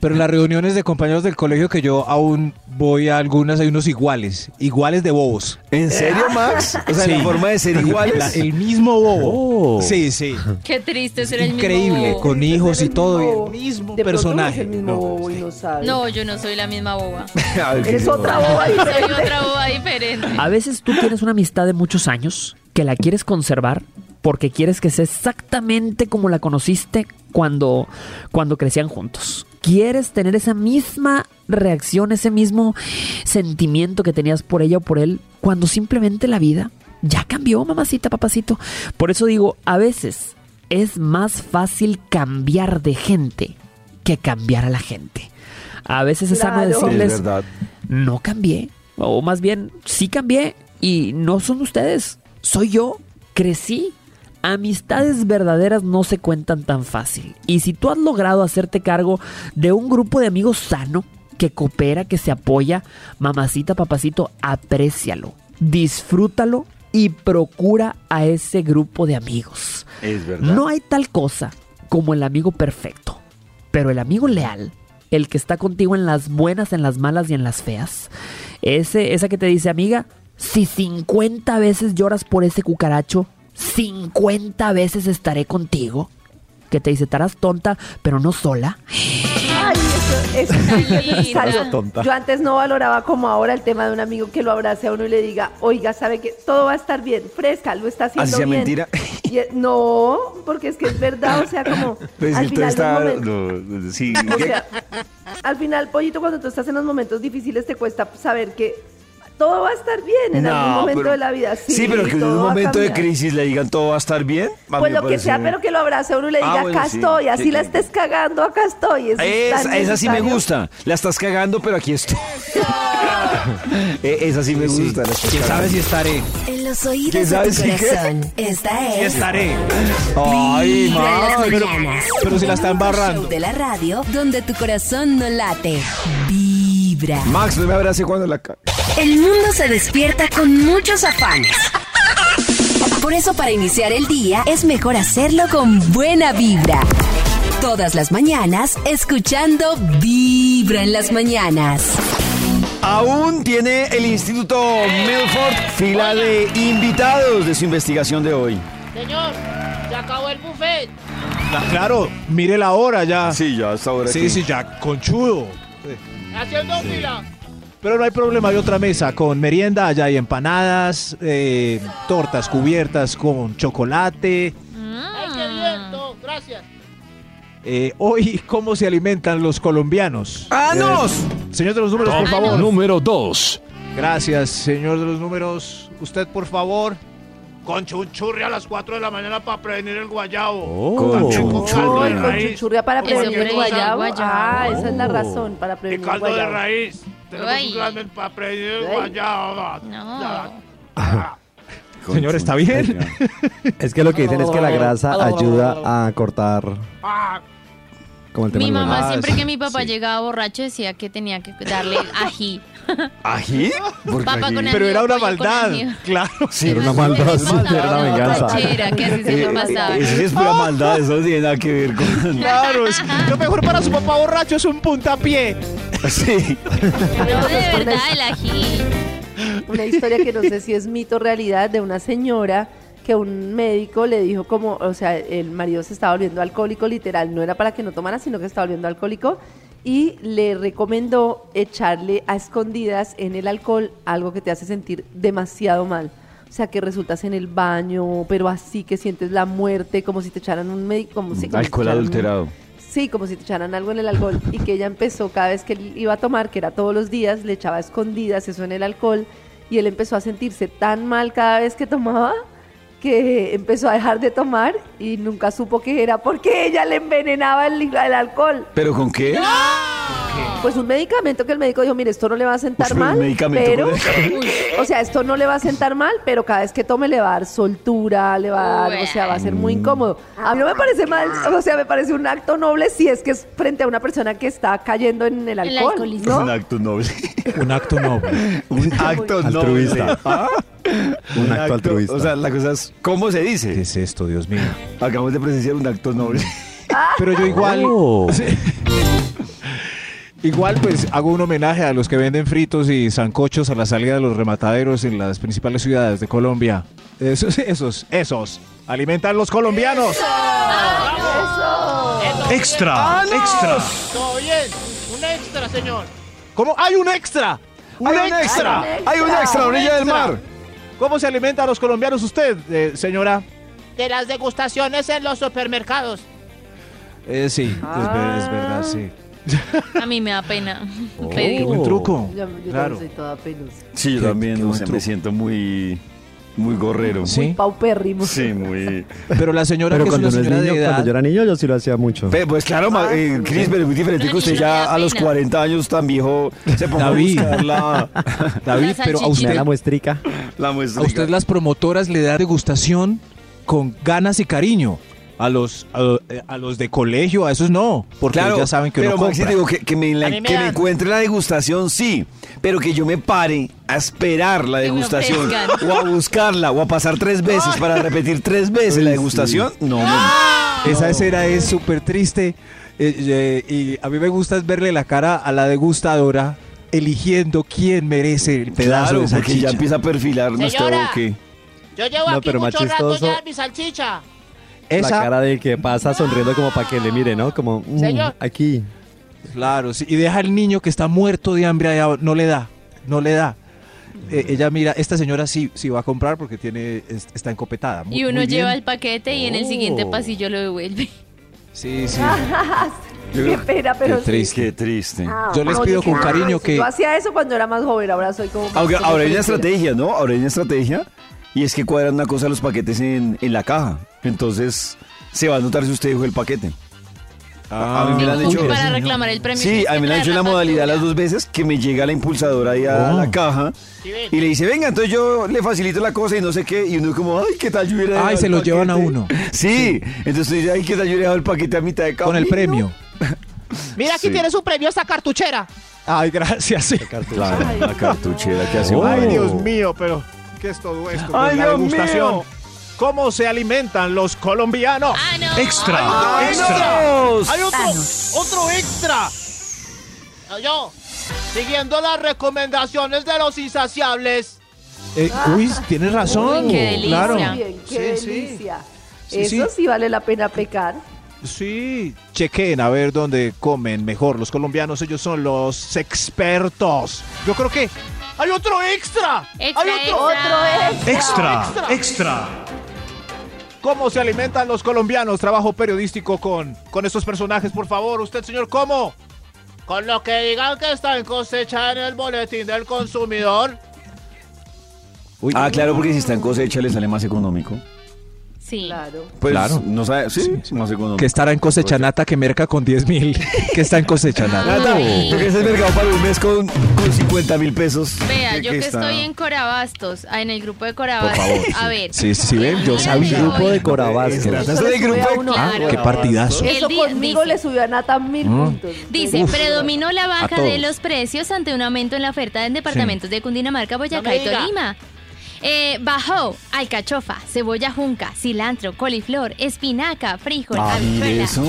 Speaker 5: Pero en las reuniones de compañeros del colegio que yo aún voy a algunas, hay unos iguales, iguales de bobos.
Speaker 2: ¿En serio, Max? O sea, la
Speaker 5: Sí.
Speaker 2: forma de ser
Speaker 5: La-
Speaker 2: iguales. Oh.
Speaker 5: el mismo bobo. Sí, sí.
Speaker 4: Qué triste ser el mismo
Speaker 5: Increíble,
Speaker 4: bobo.
Speaker 5: con hijos y
Speaker 3: El
Speaker 5: todo. y
Speaker 3: mismo-
Speaker 5: el mismo
Speaker 3: de pronto no es
Speaker 5: personaje.
Speaker 3: el mismo
Speaker 5: No,
Speaker 3: bobo y
Speaker 5: sí.
Speaker 3: no sabe.
Speaker 4: No, yo no soy la misma boba.
Speaker 2: A ver,
Speaker 3: Eres
Speaker 2: qué-
Speaker 3: otra boba diferente.
Speaker 4: Soy otra boba diferente.
Speaker 2: Ah,
Speaker 13: A veces tú tienes una amistad de muchos años que la quieres conservar porque quieres que sea exactamente como la conociste cuando, cuando crecían juntos. Quieres tener esa misma reacción, ese mismo sentimiento que tenías por ella o por él cuando simplemente la vida ya cambió, mamacita, papacito. Por eso digo, a veces es más fácil cambiar de gente que cambiar a la gente. A veces es sano
Speaker 3: Claro.
Speaker 2: Es
Speaker 13: decirles,
Speaker 2: verdad.
Speaker 13: no cambié. o más bien, sí cambié y no son ustedes, soy yo, crecí. Amistades verdaderas no se cuentan tan fácil. Y si tú has logrado hacerte cargo de un grupo de amigos sano, que coopera, que se apoya, mamacita, papacito, aprécialo, disfrútalo y procura a ese grupo de amigos.
Speaker 2: Es verdad.
Speaker 13: No hay tal cosa como el amigo perfecto, pero el amigo leal, el que está contigo en las buenas, en las malas y en las feas, ese, esa que te dice, amiga, si 50 veces lloras por ese cucaracho, 50 veces estaré contigo. Que te dice, estarás tonta, pero no sola.
Speaker 3: Ay, eso, eso sí que es necesario.
Speaker 13: Tonta.
Speaker 3: Yo antes no valoraba como ahora el tema de un amigo que lo abrace a uno y le diga, oiga, sabe que todo va a estar bien, fresca, lo está haciendo
Speaker 2: Así sea
Speaker 3: bien.
Speaker 2: mentira.
Speaker 3: Y es- no, porque es que es verdad, o sea, como
Speaker 2: Pues
Speaker 3: al
Speaker 2: si usted
Speaker 3: final,
Speaker 2: está...
Speaker 3: del momento-
Speaker 2: no, no, sí,
Speaker 3: o
Speaker 2: ¿qué?
Speaker 3: sea, al final, pollito, cuando tú estás en los momentos difíciles te cuesta saber que todo va a estar bien en
Speaker 2: No,
Speaker 3: algún momento
Speaker 2: pero-
Speaker 3: de la vida. Sí,
Speaker 2: Sí, pero que en
Speaker 3: todo
Speaker 2: un
Speaker 3: va a
Speaker 2: momento de
Speaker 3: cambiar.
Speaker 2: crisis le digan todo va a estar bien. a mí
Speaker 3: Pues
Speaker 2: me
Speaker 3: lo que
Speaker 2: parece-
Speaker 3: sea, pero que lo abrace a uno y le
Speaker 2: Ah,
Speaker 3: diga,
Speaker 2: bueno,
Speaker 3: acá
Speaker 2: sí,
Speaker 3: estoy,
Speaker 2: sí,
Speaker 3: así la estés cagando, acá estoy. Eso es
Speaker 2: Es-
Speaker 3: tan
Speaker 2: Ah, esa sí me
Speaker 3: necesario.
Speaker 2: gusta. La estás cagando, pero aquí estoy. Eh, esa sí me gusta. la estás
Speaker 5: ¿Quién sabe
Speaker 2: cagando.
Speaker 5: si estaré?
Speaker 7: En los
Speaker 2: ¿Quién
Speaker 7: oídos de
Speaker 2: sabe
Speaker 7: tu
Speaker 2: si qué?
Speaker 7: corazón. Esta es.
Speaker 2: Ay,
Speaker 7: Vibra en las
Speaker 2: madre, pero-
Speaker 7: mañanas.
Speaker 2: pero se la está
Speaker 7: El único
Speaker 2: embarrando.
Speaker 7: show de la radio donde tu corazón no late. Vibra.
Speaker 2: Max, no me abrace cuando la... ca-
Speaker 7: El mundo se despierta con muchos afanes. Por eso para iniciar el día es mejor hacerlo con buena vibra. Todas las mañanas escuchando Vibra en las mañanas.
Speaker 2: Aún tiene el Instituto Milford fila de invitados de su investigación de hoy.
Speaker 1: Señor, se acabó el buffet.
Speaker 5: Ah, Claro, mire la hora ya.
Speaker 2: Sí, ya hasta ahora.
Speaker 5: Sí, sí, ya, conchudo.
Speaker 1: Haciendo fila.
Speaker 5: Pero no hay problema, hay otra mesa con merienda, allá hay empanadas, eh, tortas cubiertas con chocolate.
Speaker 3: Mm.
Speaker 1: Ay, qué viento. Gracias.
Speaker 5: Eh, hoy, ¿cómo se alimentan los colombianos? Eh,
Speaker 2: ¡Anos!
Speaker 5: señor de los números, por
Speaker 9: Top
Speaker 5: favor.
Speaker 9: número 2.
Speaker 5: Gracias, señor de los números. Usted, por favor.
Speaker 11: Con chunchurri a las 4 de la mañana para prevenir el guayabo.
Speaker 5: Oh.
Speaker 2: Con
Speaker 3: Ay,
Speaker 2: chunchurria.
Speaker 3: con chuchurria para
Speaker 4: Eso
Speaker 3: prevenir el
Speaker 4: prevenir
Speaker 3: guayabo.
Speaker 4: guayabo.
Speaker 3: Ah, esa
Speaker 2: Oh.
Speaker 3: es la razón, para prevenir el guayabo.
Speaker 11: raíz.
Speaker 4: Ay.
Speaker 11: para prevenir el
Speaker 3: Ay.
Speaker 11: guayabo.
Speaker 4: No.
Speaker 2: Con
Speaker 5: Señor, ¿está bien?
Speaker 2: chunchurria.
Speaker 6: Es que lo que dicen es que la grasa ayuda a cortar. Como el tema
Speaker 4: Mi
Speaker 6: del
Speaker 4: mamá
Speaker 6: huevo.
Speaker 4: siempre
Speaker 5: sí,
Speaker 4: que
Speaker 2: Ah,
Speaker 4: mi papá
Speaker 5: sí.
Speaker 4: llegaba borracho decía que tenía que darle ají.
Speaker 2: ¿Ají? Porque
Speaker 4: Papa
Speaker 2: ají-
Speaker 4: con
Speaker 5: Pero era una
Speaker 4: pollo con
Speaker 5: maldad,
Speaker 4: ají.
Speaker 5: claro.
Speaker 2: Sí,
Speaker 6: Era una
Speaker 4: Eso
Speaker 6: maldad,
Speaker 4: es lo que
Speaker 6: era una
Speaker 4: pasaba en la
Speaker 6: venganza.
Speaker 4: borrachera, que así se
Speaker 2: Eh,
Speaker 4: lo pasaba.
Speaker 2: eh, eso sí es pura maldad, eso no tiene nada que ver con...
Speaker 5: Claro, es- lo mejor para su papá borracho es un puntapié.
Speaker 2: Sí.
Speaker 4: No, de verdad, el ají.
Speaker 3: Una historia que no sé si es mito o realidad de una señora que un médico le dijo como, o sea, el marido se estaba volviendo alcohólico, literal, no era para que no tomara, sino que estaba volviendo alcohólico, y le recomendó echarle a escondidas en el alcohol algo que te hace sentir demasiado mal. O sea, que resultas en el baño, pero así que sientes la muerte, como si te echaran un médico, como si... como si te
Speaker 2: Mm, Alcohol
Speaker 3: echaran un-
Speaker 2: adulterado.
Speaker 3: Sí, como si te echaran algo en el alcohol y que ella empezó cada vez que él iba a tomar, que era todos los días, le echaba a escondidas eso en el alcohol y él empezó a sentirse tan mal cada vez que tomaba que empezó a dejar de tomar y nunca supo que era porque ella le envenenaba el, el alcohol.
Speaker 2: ¿Pero con qué?
Speaker 3: Pues un medicamento que el médico dijo, mire, esto no le va a sentar
Speaker 2: Uy, pero
Speaker 3: mal,
Speaker 2: Pues un medicamento
Speaker 3: pero...
Speaker 2: con el-
Speaker 3: O sea, esto no le va a sentar mal, pero cada vez que tome le va a dar soltura, le va a dar, o sea, va a ser muy incómodo. A mí no me parece mal, o sea, me parece un acto noble si es que es frente a una persona que está cayendo en
Speaker 4: El
Speaker 3: el alcohol,
Speaker 4: alcoholismo.
Speaker 2: Un
Speaker 3: ¿no?
Speaker 2: acto noble.
Speaker 5: Un acto noble.
Speaker 2: Un acto noble.
Speaker 6: Altruista.
Speaker 2: Ah,
Speaker 6: Un acto altruista.
Speaker 2: O sea, la cosa es, ¿cómo se
Speaker 5: ¿Qué
Speaker 2: dice?
Speaker 5: es esto, Dios mío?
Speaker 2: Acabamos de presenciar un acto noble.
Speaker 3: Ah.
Speaker 5: Pero yo igual. Sí. Igual, pues hago un homenaje a los que venden fritos y zancochos a la salida de los remataderos en las principales ciudades de Colombia. Esos, esos, esos. Alimentan los colombianos.
Speaker 1: ¡Ah,
Speaker 9: Extra, extra.
Speaker 1: Todo bien. Un extra, señor.
Speaker 5: ¿Cómo? ¡Hay un extra! ¡Un
Speaker 2: ¡Hay un extra! ¡Hay un extra, a orilla del mar!
Speaker 5: ¿Cómo se alimentan los colombianos usted, eh, señora?
Speaker 1: De las degustaciones en los supermercados.
Speaker 5: Eh, sí, es ver- es,
Speaker 2: Ah.
Speaker 5: verdad, sí.
Speaker 4: A mí me da pena
Speaker 5: Qué
Speaker 2: Oh,
Speaker 3: Oh.
Speaker 4: pedir.
Speaker 5: buen truco.
Speaker 3: Yo, yo también
Speaker 5: claro.
Speaker 3: soy toda penosa.
Speaker 2: Sí, yo
Speaker 5: Qué-
Speaker 2: también
Speaker 5: qué
Speaker 2: no
Speaker 5: buen
Speaker 2: sé, me
Speaker 5: truco.
Speaker 2: siento muy Muy gorrero.
Speaker 5: Sí.
Speaker 3: Paupérrimo.
Speaker 2: Sí, muy.
Speaker 5: Pero la señora
Speaker 6: Pero
Speaker 5: que es
Speaker 6: cuando,
Speaker 5: una
Speaker 6: no es
Speaker 5: señora
Speaker 6: niño,
Speaker 5: de edad.
Speaker 6: cuando yo era niño yo sí lo hacía mucho.
Speaker 2: Pe- Pues claro, ma- eh, Cris, pero es muy diferente que usted ya a los 40 años tan viejo se ponga
Speaker 5: David.
Speaker 2: a buscar la,
Speaker 5: David, pero a
Speaker 6: Me da
Speaker 5: usted,
Speaker 6: la muestrica.
Speaker 2: la
Speaker 5: a
Speaker 2: muestra.
Speaker 5: usted las promotoras le da degustación con ganas y cariño. A los, a, a los de colegio, a esos no, porque
Speaker 2: Claro,
Speaker 5: ya saben que
Speaker 2: pero
Speaker 5: uno compra.
Speaker 2: Maxi, digo que, que me, la-
Speaker 1: A mí me
Speaker 2: que me
Speaker 1: dan.
Speaker 2: encuentre la degustación, sí, pero que yo me pare a esperar la
Speaker 4: Que me
Speaker 2: degustación
Speaker 4: ofrezcan.
Speaker 2: o a buscarla o a pasar tres veces para repetir tres veces la degustación. No, no,
Speaker 4: ¡Ah!
Speaker 2: no.
Speaker 5: Mm, Esa escena es súper triste eh, eh, y a mí me gusta es verle la cara a la degustadora eligiendo quién merece el pedazo
Speaker 2: Claro,
Speaker 5: de
Speaker 2: porque ya
Speaker 5: salchicha.
Speaker 2: empieza a perfilar nuestro
Speaker 1: Señora.
Speaker 2: boque.
Speaker 1: Yo llevo
Speaker 6: No,
Speaker 1: aquí
Speaker 6: pero más
Speaker 1: mucho rato
Speaker 6: chistoso-
Speaker 1: ya mi salchicha.
Speaker 6: La
Speaker 5: Esa,
Speaker 6: cara del que pasa sonriendo como para que le mire, ¿no? Como mm,
Speaker 1: Señor.
Speaker 6: aquí.
Speaker 5: claro, sí, y deja al niño que está muerto de hambre allá, no le da, no le da. Eh, ella mira, esta señora sí, sí va a comprar porque tiene es- está encopetada. Muy-
Speaker 4: Y uno
Speaker 5: muy bien.
Speaker 4: lleva el paquete y en el siguiente
Speaker 5: Oh.
Speaker 4: pasillo lo devuelve.
Speaker 5: Sí, sí.
Speaker 2: Ah,
Speaker 3: Qué pena, pero sí.
Speaker 2: Qué triste.
Speaker 3: Ah,
Speaker 5: Yo les
Speaker 3: oye,
Speaker 5: pido
Speaker 3: qué
Speaker 5: con cariño
Speaker 3: triste.
Speaker 5: que
Speaker 3: Yo hacía eso cuando era más joven, ahora soy como... más
Speaker 2: Aunque
Speaker 3: como
Speaker 2: ahora hay una
Speaker 3: tranquila.
Speaker 2: estrategia, ¿no? Ahora hay una estrategia y es que cuadran una cosa los paquetes en, en la caja. Entonces se va a notar si usted dijo el paquete.
Speaker 5: Ah.
Speaker 2: A- a mí me lo han
Speaker 4: Uy,
Speaker 2: hecho.
Speaker 4: para reclamar el premio.
Speaker 2: Sí,
Speaker 4: tienes
Speaker 2: a mí
Speaker 4: que
Speaker 2: me la han hecho en
Speaker 4: traer
Speaker 2: la modalidad las
Speaker 4: factura.
Speaker 2: dos veces que me llega la impulsadora ahí a
Speaker 5: Oh.
Speaker 2: la caja
Speaker 1: Sí, ven.
Speaker 2: y le dice, venga, entonces yo le facilito la cosa y no sé qué. Y uno como, ay, ¿qué tal yo hubiera dejado
Speaker 5: Ay,
Speaker 2: el
Speaker 5: se lo llevan a
Speaker 2: paquete?"
Speaker 5: uno.
Speaker 2: Sí, entonces tú dices, ay, ¿qué tal yo hubiera dejado el paquete a mitad de camino?
Speaker 5: con el premio.
Speaker 1: Mira, aquí
Speaker 2: Sí.
Speaker 1: tiene su premio esta cartuchera.
Speaker 5: Ay, gracias. sí.
Speaker 2: Claro, la cartuchera que hace
Speaker 5: Oh.
Speaker 2: uno.
Speaker 9: Ay, Dios mío, pero ¿qué es todo esto? Pues Con
Speaker 2: Ay,
Speaker 9: la
Speaker 2: Dios
Speaker 9: degustación.
Speaker 2: mío.
Speaker 9: ¿Cómo se alimentan los colombianos?
Speaker 4: Ah, no.
Speaker 9: Extra,
Speaker 2: ¡Ay,
Speaker 9: extra.
Speaker 2: Dios!
Speaker 1: Hay otro,
Speaker 7: Thanos.
Speaker 1: otro extra. Yo, siguiendo las recomendaciones de los insaciables.
Speaker 5: Eh, uy, tienes razón.
Speaker 4: Uy, qué delicia.
Speaker 5: Claro.
Speaker 3: Muy bien, qué
Speaker 5: Sí, sí.
Speaker 3: delicia.
Speaker 5: Sí,
Speaker 3: Eso
Speaker 5: sí.
Speaker 3: sí vale la pena pecar.
Speaker 5: Sí.
Speaker 9: Chequen a ver dónde comen mejor los colombianos. Ellos son los expertos. Yo creo que
Speaker 1: Hay otro extra.
Speaker 4: Extra,
Speaker 1: Hay otro.
Speaker 4: extra.
Speaker 9: Extra, extra.
Speaker 1: ¿Cómo se alimentan los colombianos? Trabajo periodístico con, con estos personajes, por favor. Usted, señor, ¿cómo? Con lo que digan que está en cosecha en el boletín del consumidor.
Speaker 5: Uy,
Speaker 2: Ah, claro, porque si está en cosecha le sale más económico.
Speaker 4: Sí.
Speaker 3: Claro.
Speaker 2: Pues
Speaker 5: Claro.
Speaker 2: no sabe, sí, más económico.
Speaker 5: Que estará en cosechanata que merca con 10 mil. Que está en cosechanata.
Speaker 2: Nata,
Speaker 4: Ay.
Speaker 2: ¿tú crees el mercado para un mes con, con 50 mil pesos?
Speaker 4: Vea,
Speaker 2: ¿Qué-
Speaker 4: yo
Speaker 2: qué
Speaker 4: que
Speaker 2: está?
Speaker 4: estoy en Corabastos, ah, en el grupo de Corabastos. A ver.
Speaker 5: Sí, sí, ven, yo
Speaker 4: El día
Speaker 5: sabía.
Speaker 4: de
Speaker 6: Grupo
Speaker 4: hoy-
Speaker 6: de Corabasco.
Speaker 2: Esta-
Speaker 3: Eso
Speaker 2: esta-
Speaker 3: le
Speaker 2: esta-
Speaker 3: sube a
Speaker 2: grupo-
Speaker 3: uno.
Speaker 4: Ah,
Speaker 5: Qué
Speaker 4: Claro.
Speaker 5: partidazo.
Speaker 4: El
Speaker 3: Eso
Speaker 4: día-
Speaker 3: conmigo
Speaker 4: dice.
Speaker 3: le subió a Nata mil puntos.
Speaker 4: Dice,
Speaker 3: Uf.
Speaker 4: predominó la baja de
Speaker 5: todos.
Speaker 4: los precios ante un aumento en la oferta en departamentos de Cundinamarca,
Speaker 1: No
Speaker 4: Boyacá
Speaker 1: me
Speaker 4: y
Speaker 1: diga.
Speaker 4: Tolima. Eh, bajó alcachofa, cebolla junca, cilantro, coliflor, espinaca, frijol,
Speaker 2: Ah, mire
Speaker 4: habichuela,
Speaker 2: eso.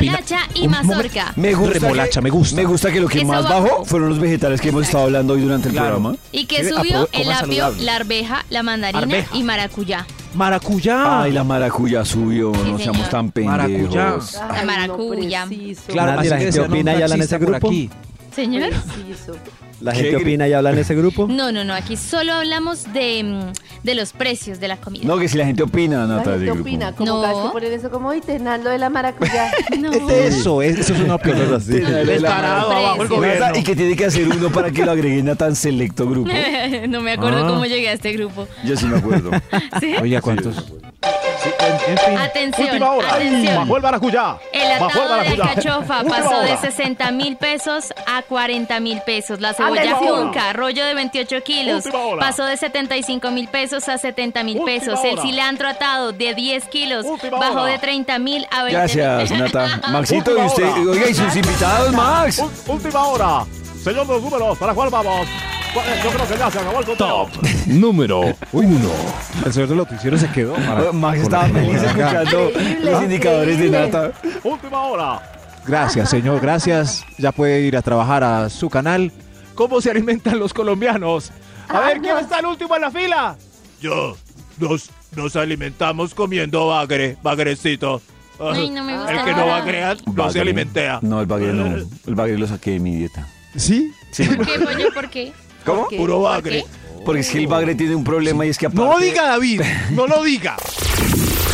Speaker 4: remolacha y
Speaker 5: Un momento.
Speaker 4: mazorca.
Speaker 2: Me gusta
Speaker 5: Remolacha,
Speaker 2: que-
Speaker 5: me gusta.
Speaker 2: Me gusta que lo que
Speaker 4: Eso
Speaker 2: más
Speaker 4: bajó.
Speaker 2: bajó fueron los vegetales que hemos estado hablando hoy durante el
Speaker 5: Claro.
Speaker 2: programa.
Speaker 4: Y que
Speaker 5: Mire,
Speaker 4: subió
Speaker 5: aprove-
Speaker 4: el
Speaker 5: coma
Speaker 4: apio,
Speaker 5: saludable.
Speaker 4: la arveja, la mandarina
Speaker 5: Arveja.
Speaker 4: y maracuyá.
Speaker 5: Maracuyá.
Speaker 2: Ay, la maracuya subió, no
Speaker 4: señor.
Speaker 2: seamos tan
Speaker 5: Maracuyá. Ah.
Speaker 2: pendejos.
Speaker 3: Ay, no,
Speaker 4: Maracuya.
Speaker 3: preciso,
Speaker 5: Claro,
Speaker 6: Nadie,
Speaker 5: así
Speaker 6: la
Speaker 5: le
Speaker 6: gente
Speaker 5: decían a un
Speaker 6: opina y habla en
Speaker 5: taxista
Speaker 6: ese
Speaker 5: por
Speaker 6: grupo.
Speaker 5: aquí.
Speaker 4: Señor.
Speaker 3: preciso.
Speaker 6: La
Speaker 2: Qué
Speaker 6: gente
Speaker 2: gri-
Speaker 6: opina y habla en ese grupo.
Speaker 4: No, no, no, aquí solo hablamos de, mm, de los precios de la comida.
Speaker 2: No, que si la gente opina,
Speaker 3: La
Speaker 2: Natalia.
Speaker 3: gente opina, como
Speaker 4: No.
Speaker 3: cada vez que ponen eso, como, y tenalo de la maracuyá.
Speaker 4: No.
Speaker 5: Es de eso, es- eso es una opinión.
Speaker 6: Cosas así.
Speaker 9: Descarado
Speaker 4: Hombre,
Speaker 9: abajo el
Speaker 4: sí.
Speaker 9: gobierno.
Speaker 2: Y que tiene que hacer uno para que lo agreguen a tan selecto grupo.
Speaker 4: no me
Speaker 9: Ah.
Speaker 4: acuerdo cómo llegué a este grupo.
Speaker 2: Yo sí me acuerdo.
Speaker 4: ¿Sí?
Speaker 5: Oiga, ¿cuántos?
Speaker 4: Atención,
Speaker 9: Última hora.
Speaker 4: atención.
Speaker 9: Bajó el maracuyá.
Speaker 4: El
Speaker 9: Bajó el
Speaker 4: atado de
Speaker 9: maracuyá.
Speaker 4: alcachofa
Speaker 9: Última
Speaker 4: pasó de
Speaker 9: hora.
Speaker 4: 60 mil pesos a 40 mil pesos. La cebolla
Speaker 3: Atención.
Speaker 4: junca, rollo de 28 kilos,
Speaker 9: Última hora.
Speaker 4: pasó de 75 mil pesos a 70 mil
Speaker 9: Última
Speaker 4: pesos. El
Speaker 9: hora.
Speaker 4: cilantro atado de 10 kilos
Speaker 9: Última
Speaker 4: bajó
Speaker 9: hora.
Speaker 4: de 30 mil a 20
Speaker 2: Gracias, Nata. Maxito, y
Speaker 9: Última
Speaker 2: usted,
Speaker 9: hora.
Speaker 2: oiga, y sus invitados, Max.
Speaker 9: Ú- Última hora. Señor los números, ¿para cuál vamos? ¿Cuál es? Yo creo que ya se acabó el conteo.
Speaker 11: Número uno.
Speaker 5: El señor de los noticieros se quedó.
Speaker 2: Ah, Max estaba feliz escuchando
Speaker 3: Increíble,
Speaker 2: los indicadores de
Speaker 3: increíble.
Speaker 2: Nata.
Speaker 9: Última hora.
Speaker 5: Gracias, señor, gracias. Ya puede ir a trabajar a su canal.
Speaker 9: ¿Cómo se alimentan los colombianos?
Speaker 1: A ver, ¿quién está el último en la fila?
Speaker 9: Yo. Nos, nos alimentamos comiendo bagre, bagrecito.
Speaker 4: Ay, no me gusta
Speaker 9: el que no
Speaker 4: nada.
Speaker 9: bagrea no se
Speaker 2: Bagre.
Speaker 9: alimentea.
Speaker 2: No, el bagre no.
Speaker 9: Eh.
Speaker 2: El bagre lo saqué de mi dieta.
Speaker 5: ¿Sí?
Speaker 4: ¿Por qué, pollo? ¿Por qué?
Speaker 2: ¿Cómo?
Speaker 3: ¿Qué?
Speaker 9: Puro
Speaker 4: ¿Por
Speaker 9: bagre.
Speaker 4: qué?
Speaker 2: Porque es que el bagre tiene un problema y es que aparte...
Speaker 9: No diga, David. No lo diga.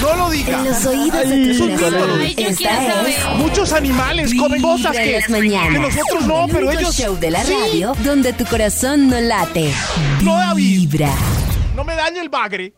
Speaker 9: No lo diga.
Speaker 7: En los oídos de tu corazón.
Speaker 4: Ay, yo quiero
Speaker 7: Esta
Speaker 4: saber.
Speaker 7: es
Speaker 9: Muchos animales comen cosas
Speaker 7: Vibra en
Speaker 9: que,
Speaker 7: las mañanas.
Speaker 9: que nosotros no,
Speaker 7: El
Speaker 9: pero
Speaker 7: único
Speaker 9: ellos.
Speaker 7: show de la
Speaker 9: sí.
Speaker 7: radio donde tu corazón no late.
Speaker 9: No, David.
Speaker 7: Vibra.
Speaker 9: No me dañe el bagre.